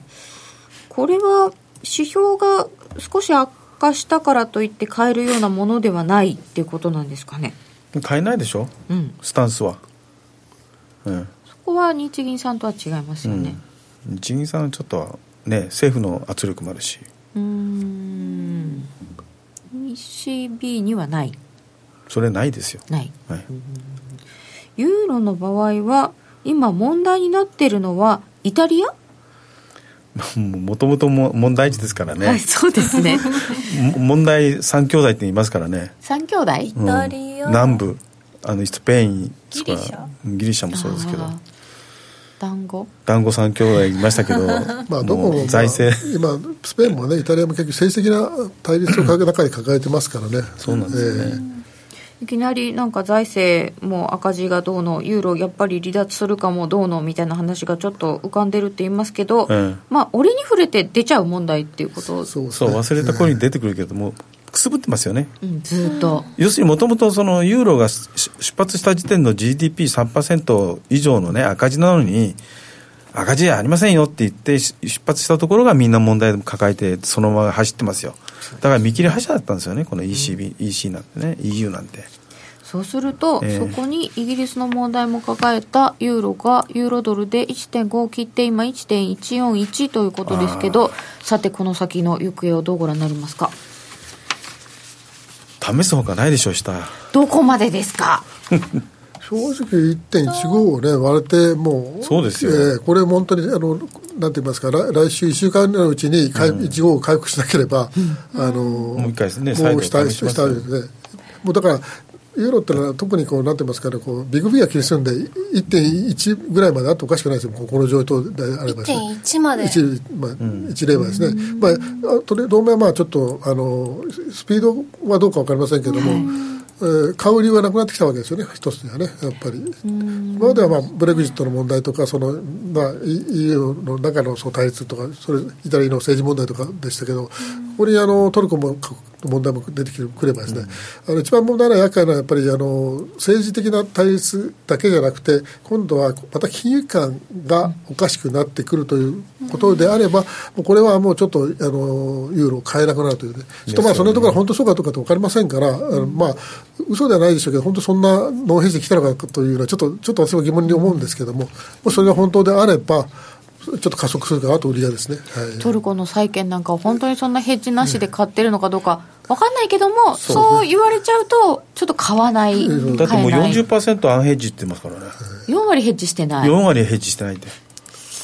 Speaker 1: これは指標が少し悪化したからといって変えるようなものではないっていうことなんですかね
Speaker 2: 買えないでしょ
Speaker 1: うん
Speaker 2: スタンスは。うん。
Speaker 1: そこは日銀さんとは違いますよね、
Speaker 2: 日銀さんちょっとはね政府の圧力もあるし
Speaker 1: うーん ECB にはない
Speaker 2: それないですよ、
Speaker 1: ない
Speaker 2: はい、
Speaker 1: ユーロの場合は今問題になってるのはイタリア、
Speaker 2: も もともとも問題児ですから
Speaker 1: はい
Speaker 2: ね
Speaker 1: そうです ね
Speaker 2: も 問題三兄弟って言いますからね、
Speaker 1: 三兄弟
Speaker 2: うん
Speaker 4: イタリア
Speaker 2: 南部あのスペインとか
Speaker 4: ギリシャ
Speaker 2: ギリシャもそうですけど
Speaker 1: あー団子
Speaker 2: 団子三兄弟いましたけど
Speaker 3: まあ、どこも、
Speaker 2: も
Speaker 3: ま
Speaker 2: う
Speaker 3: あ
Speaker 2: 財政
Speaker 3: 今、スペインもね、イタリアも結局、政治的な対立を中に抱えてますからね、
Speaker 2: そうなんですよね、
Speaker 1: いきなりなんか財政も赤字がどうのユーロやっぱり離脱するかもどうのみたいな話がちょっと浮かんでるって言いますけど、
Speaker 2: うん
Speaker 1: まあ俺に触れて出ちゃう問題っていうことを、
Speaker 3: そうです
Speaker 2: そう
Speaker 3: ね
Speaker 2: 忘れた頃に出てくるけどもうくすぶってますよね
Speaker 1: うん、ずっと、
Speaker 2: 要するにもともとそのユーロがし出発した時点の GDP3% 以上のね赤字なのに赤字ありませんよって言ってし出発したところがみんな問題を抱えてそのまま走ってますよだから見切り発車だったんですよねこの ECB、EC なんてね EU なんて
Speaker 1: そうすると、
Speaker 2: ええ
Speaker 1: そこにイギリスの問題も抱えたユーロがユーロドルで1.5を切って今1.141ということですけどさてこの先の行方をどうご覧になりますか
Speaker 2: 試すほかないでしょうした
Speaker 1: どこまでですか
Speaker 3: 正直1.15をね割れてもう
Speaker 2: そうですよ
Speaker 3: えーこれ本当にあのなんて言いますか来来週1週間のうちに回1.15を回復しなければ、あのも
Speaker 2: う一回ですね
Speaker 3: も
Speaker 2: 再度
Speaker 3: う下
Speaker 2: 試します
Speaker 3: 下ですねもうだからユーロってのは特にこうなんて言いますかねこうビッグビーが気にするんで1.1ぐらいまであっておかしくないですよここの状況であればですね
Speaker 4: 1.1まで
Speaker 3: 一まあ、一例はですね、まあ、あとり同盟はまあちょっとあのスピードはどうか分かりませんけども、えー買う理由がなくなってきたわけですよね、一つにはね、やっぱり。今までは、まあ、ブレグジットの問題とか、そのまあ、E- EU の中のその対立とか、それイタリアの政治問題とかでしたけど、ここにあのトルコも各問題も出てくればですね、あの一番問題なのは厄介なのはやっぱりあの政治的な対立だけじゃなくて、今度はまた金融機関がおかしくなってくるということであれば、もうこれはもうちょっとあのユーロを買えなくなるというね、ちょっとまあそのところは本当そうかどうかって分かりませんから、あのまあ嘘ではないでしょうけど、本当そんなノーヘッジで来たのかというのは、ちょっとちょっと私は疑問に思うんですけども、もしそれが本当であれば、ちょっと加速するかなと売りがですね。はい
Speaker 1: トルコの債券なんかを本当にそんなヘッジなしで買ってるのかどうかわかんないけども、そう言われちゃうとちょっと買わない
Speaker 2: だって
Speaker 1: 買
Speaker 2: もう
Speaker 1: えない4
Speaker 2: 40%アンヘッジって言ってますからね、
Speaker 1: 割ヘッジしてない
Speaker 2: 4割ヘッジしてないって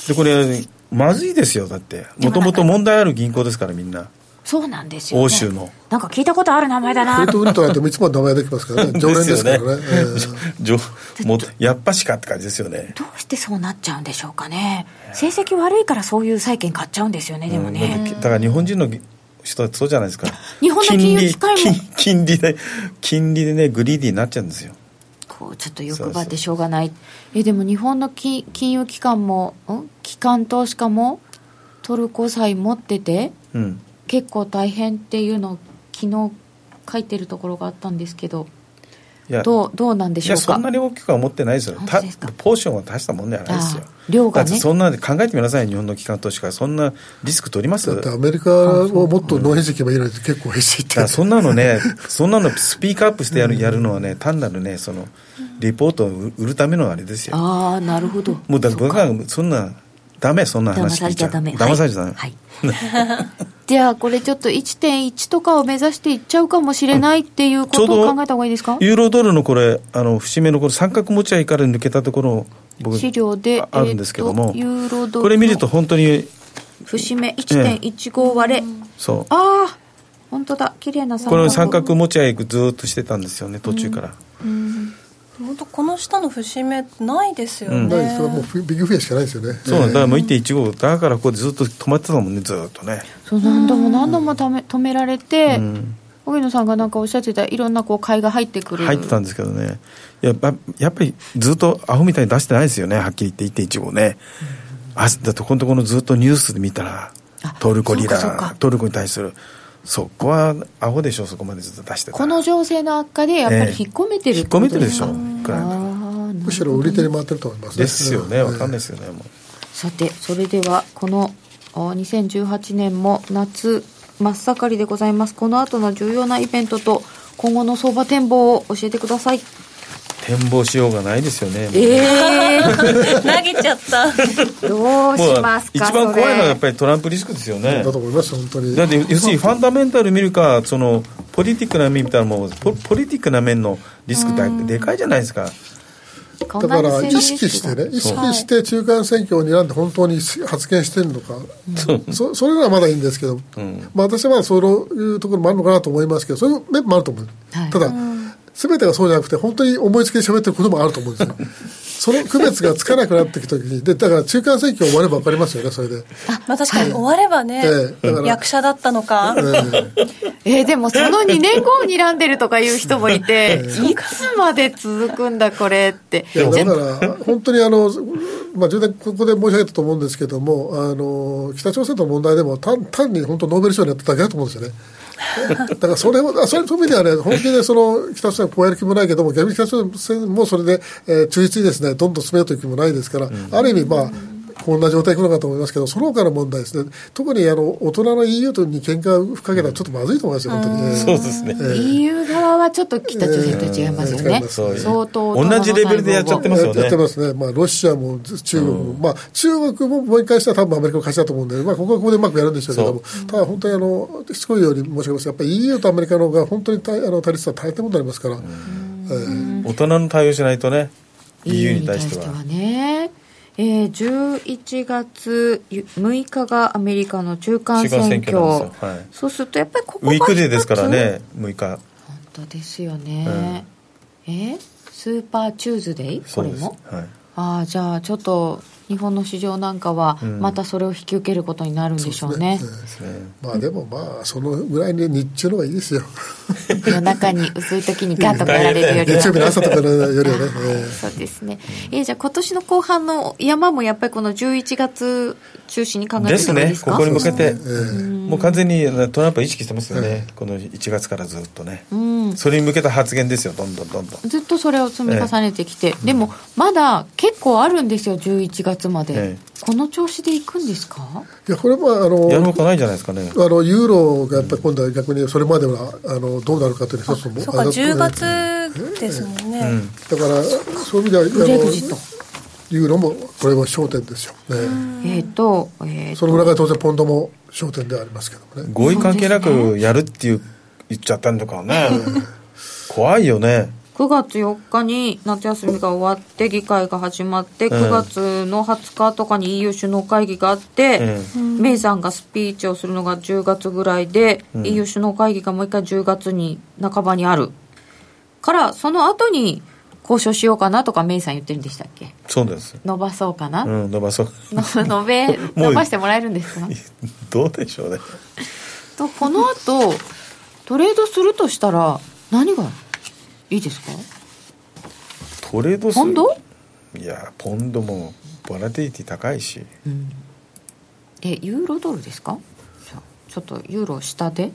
Speaker 2: でこれまずいですよだってもともと問題ある銀行ですからみんな
Speaker 1: そうなんですよ、ね、
Speaker 2: 欧州の
Speaker 1: なんか聞いたことある名前だ
Speaker 3: フ
Speaker 1: な
Speaker 3: レートウッドなんていつも名前できま すからね、常連ですからね。
Speaker 2: ですよねじょもうやっぱしかって感じですよね。
Speaker 1: どうしてそうなっちゃうんでしょうかね成績悪いからそういう債券買っちゃうんですよねでも
Speaker 2: うんだっ
Speaker 1: ね
Speaker 2: てだから日本人の人はそうじゃないですか。
Speaker 1: 日本の金融機関も
Speaker 2: 金利金金利で金利でねグリーディーになっちゃうんですよ。
Speaker 1: こうちょっと欲張ってしょうがないえでも日本の金金融機関もん機関投資家もトルコ債持ってて
Speaker 2: うん。
Speaker 1: 結構大変っていうのを昨日書いてるところがあったんですけど
Speaker 2: いや
Speaker 1: どうどうなんで
Speaker 2: い
Speaker 1: しょ
Speaker 2: や
Speaker 1: う
Speaker 2: そ
Speaker 1: か
Speaker 2: んなに大きくは思ってないですよ
Speaker 1: 本。当
Speaker 2: た
Speaker 1: ですか
Speaker 2: ポーションは大したもんじゃないですよ
Speaker 1: あ。ー量がね
Speaker 2: だってそんな考えてみなさい日本の機関投資家そんなリスク取ります。
Speaker 3: だって
Speaker 2: だ
Speaker 3: ア
Speaker 2: か
Speaker 3: メリカをもっとノーヘッジ行けばいいのに結構ヘッジ行
Speaker 2: ら
Speaker 3: って
Speaker 2: そんなのね、そんなのスピークアップしてやるやるのはね、単なるね、その、リポートを売るためのあれですよ。
Speaker 1: ああなるほど
Speaker 2: もうだから僕はそんなダメそんな
Speaker 1: 騙
Speaker 2: 話
Speaker 1: さ
Speaker 2: 聞
Speaker 1: れ
Speaker 2: い
Speaker 1: ち
Speaker 2: ちゃ
Speaker 1: ゃ
Speaker 2: う
Speaker 1: ダメ
Speaker 2: 騙されちゃダメ、
Speaker 1: はい、はいじゃあこれちょっと1.1とかを目指していっちゃうかもしれないっていう
Speaker 2: ち
Speaker 1: こ
Speaker 2: ょう
Speaker 1: とを
Speaker 2: ど
Speaker 1: 考えた方がいいですか
Speaker 2: ユーロドルのこれあの節目のこの三角持ち合いから抜けたところを僕
Speaker 1: 資料で
Speaker 2: ああるんですけど
Speaker 1: え
Speaker 2: も、
Speaker 1: っとユーロドルの
Speaker 2: これ見ると本当に
Speaker 1: 節目1.15割れ、
Speaker 2: そ
Speaker 1: ああ本当だ綺麗な
Speaker 2: うこれ三
Speaker 1: 角
Speaker 2: 角持ち合いずーっとしてたんですよね途中から、
Speaker 4: 本当この下の節目ないですよね、
Speaker 2: うん
Speaker 3: ないですもうフィビッグフィアしかないですよね。
Speaker 2: そうなんだからもう1.15だからここでずっと止まってたもんねずーっとね
Speaker 1: そう何度も何度もため止められて、
Speaker 2: うん
Speaker 1: 荻野さんがなんかおっしゃってたいろんなこう買いが入ってくる
Speaker 2: 入ってたんですけどねやっぱやっぱりずっとアホみたいに出してないですよねはっきり言って1.15ね、あだってこのところずっとニュースで見たら
Speaker 1: あ
Speaker 2: トルコリ
Speaker 1: そうかそうか
Speaker 2: ラトルコに対するそこはアホでしょそこまでずっと出してたら
Speaker 1: この情勢の悪化でやっぱり引っ込めてる
Speaker 2: 引っ込めてるでし
Speaker 1: ょ
Speaker 2: ょいくらなんか
Speaker 3: むしろ売り手に回ってると思いますね。
Speaker 2: ですよね
Speaker 3: うん
Speaker 2: わかんないですよねもう
Speaker 1: さてそれではこのお2018年も夏真っ盛りでございますこの後の重要なイベントと今後の相場展望を教えてください
Speaker 2: 展望しようがないですよね。
Speaker 8: ええ
Speaker 4: 投げちゃった。
Speaker 8: どう
Speaker 2: もう
Speaker 8: します
Speaker 2: 一
Speaker 8: か
Speaker 2: 番怖いのはやっぱりトランプリスクですよね。
Speaker 3: だと思います本当に
Speaker 2: だって要するにファンダメンタル見るかそのポリティックな面見たらもうポポリティックな面のリスクだでかいじゃないですか
Speaker 8: りこん
Speaker 3: だ
Speaker 8: な
Speaker 3: から
Speaker 8: に
Speaker 3: 意
Speaker 8: 政治
Speaker 3: 識してね、意
Speaker 2: そう
Speaker 3: 識して中間選挙を睨んで本当に発言してるのか、そそれならまだいいんですけど、まあ、私はまだそういうところもあるのかなと思いますけど、そういう面もあると思う、
Speaker 8: はい
Speaker 3: ただ、すべてがそうじゃなくて、本当に思いつきで喋ってることもあると思うんですよ。その区別がつかなくなってきたときにで、だから中間選挙終われば分かりますよね、それで。
Speaker 4: まあ確かに終わればね、
Speaker 3: ええだから
Speaker 4: 役者だったのか、
Speaker 8: えーでもその2年後を睨んでるとかいう人も いていつまで続くんだこれって
Speaker 3: いやだから、本当にあの、まあ、重大ここで申し上げたと思うんですけども、あの北朝鮮の問題でも単、単に本当、ノーベル賞になっただけだと思うんですよね。だからそれをあそれのためにはね、本気でその北朝鮮をこうやる気もないけども、逆に北朝鮮もそれで、えー忠実にです、ね、どんどん進めようという気もないですから、ある意味、まあ、こんな状態来るのかと思いますけど、その他の問題ですね、特にあの大人の EU とに喧嘩を吹っかけたら、ちょっとまずいと思いますよ、本当に ね。
Speaker 2: そうですね
Speaker 8: EU 側はちょっと北朝鮮と違いますよ
Speaker 3: え
Speaker 8: ね
Speaker 3: え
Speaker 2: そう
Speaker 8: 相当大人の
Speaker 2: 同じレベルでやっちゃってますよね
Speaker 3: やってますね、まあ、ロシアも中国も、まあ、中国ももう一回したら、多分アメリカの勝ちだと思うんで、まあ、ここはここでうまくやるんでしょうけども、ただ本当にあのしつこいように申し上げますやっぱり EU とアメリカの方が本当に対あの対立は大変なことになりますから、え
Speaker 2: 大人の対応しないとね EU に対しては
Speaker 8: ね、えー、11月6日がアメリカの中間選
Speaker 2: 中間選
Speaker 8: 挙
Speaker 2: 挙なんですよはい
Speaker 8: そうするとやっぱりここ
Speaker 2: ウ
Speaker 8: が
Speaker 2: ィ
Speaker 8: 一
Speaker 2: ー
Speaker 8: つ
Speaker 2: クデーですからね6日
Speaker 8: 本当ですよね、えスーパーチューズデイこ
Speaker 2: そう
Speaker 8: れ
Speaker 2: です、
Speaker 8: も
Speaker 2: はい、
Speaker 8: ああじゃあちょっと日本の市場なんかは
Speaker 2: ん
Speaker 8: またそれを引き受けることになるんでしょうね、
Speaker 2: ですね
Speaker 3: えまあ、でもまあ、そのぐらいに日中の方がいいですよ、
Speaker 8: 夜中に薄い時にガッとやられるより
Speaker 3: 日曜日の
Speaker 8: は。
Speaker 3: 朝とかのよりはね、ええ
Speaker 8: そうですね、えーじゃあ今年の後半の山もやっぱりこの11月中心に考えて
Speaker 2: で
Speaker 8: い
Speaker 2: す
Speaker 8: いで
Speaker 2: ね
Speaker 8: す
Speaker 2: こ
Speaker 8: か
Speaker 2: こに向けて、
Speaker 3: え
Speaker 2: もう完全にトランプは意識してますよね、この1月からずっとね、
Speaker 8: うん、
Speaker 2: それに向けた発言ですよどんどんどんどん
Speaker 8: ずっとそれを積み重ねてきて、でもまだ結構あるんですよ11月まで、
Speaker 2: え
Speaker 8: この調子でいくんですか
Speaker 3: えいやこれもあの
Speaker 2: やるほかないじゃないですかね
Speaker 3: あのユーロがやっぱり今度は逆にそれまではあのどうなるかというのが一つも
Speaker 4: そうか
Speaker 3: あの
Speaker 4: 10月ですもんね、
Speaker 3: だから、そういう意味では、あ
Speaker 8: ブレ
Speaker 3: の
Speaker 8: グジット
Speaker 3: いうのも、これも焦点ですよ、ね、
Speaker 8: えっ、と,、えー
Speaker 3: そ
Speaker 8: と
Speaker 3: の裏が当然、ポンドも焦点ではありますけどもね、
Speaker 2: 合意関係なくやるっていう言っちゃったんだからね怖いよね
Speaker 8: 9月4日に夏休みが終わって議会が始まって9月の20日とかに EU 首脳会議があって、メイさんがスピーチをするのが10月ぐらいで、EU 首脳会議がもう一回10月に半ばにあるからその後に交渉しようかなとかメイさん言ってるんでしたっけ
Speaker 2: そうです
Speaker 8: 伸ばそうかな、
Speaker 2: うん伸ばそう
Speaker 8: の伸べ
Speaker 2: もう
Speaker 8: 伸ばしてもらえるんですか
Speaker 2: どうでしょうね
Speaker 8: とこの後トレードするとしたら何がいいですか
Speaker 2: トレードする
Speaker 8: ポンド
Speaker 2: いやポンドもボラティリティ高いし
Speaker 8: えユーロドルですかじゃあちょっとユーロ下で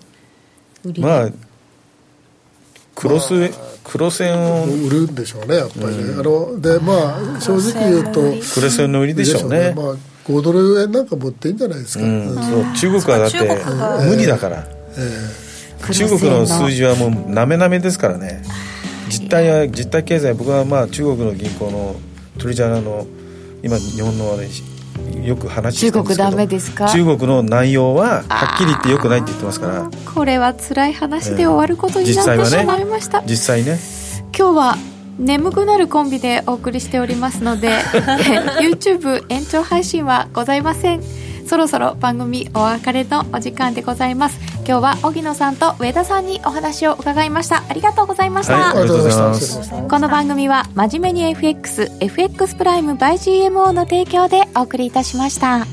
Speaker 8: 売りで、
Speaker 2: まあ黒ス、黒線を
Speaker 3: 売るんでしょうね、やっぱりね、あので、まあ、正直言うと、
Speaker 2: 黒線の売りでしょうね
Speaker 3: まあ、5ドル円なんか持っていいんじゃないですか、
Speaker 2: うん、
Speaker 3: うん
Speaker 2: そう中国はだって
Speaker 4: 中国が
Speaker 2: 無理だから、
Speaker 8: 黒
Speaker 2: 中
Speaker 8: 線
Speaker 2: 国の数字はもうなめなめですからね実態は実体経済僕はまあ中国の銀行のトレジャーの今日本のあれよく話してるんですけど
Speaker 8: 中国ダメですか
Speaker 2: 中国の内容ははっきり言ってよくないって言ってますから
Speaker 8: これは辛い話で終わることにな
Speaker 2: 実
Speaker 8: っ
Speaker 2: 際
Speaker 8: て
Speaker 2: は
Speaker 8: し
Speaker 2: ね
Speaker 8: まいました、
Speaker 2: 実際ね
Speaker 8: 今日は眠くなるコンビでお送りしておりま すので YouTube 延長配信はございませんそろそろ番組お別れのお時間でございます今日は荻野さんと上田さんにお話を伺いましたありがとうございました、
Speaker 2: はいありがとうございます
Speaker 3: 失礼し
Speaker 8: この番組は真面目に FXFX プライム by GMO の提供でお送りいたしました。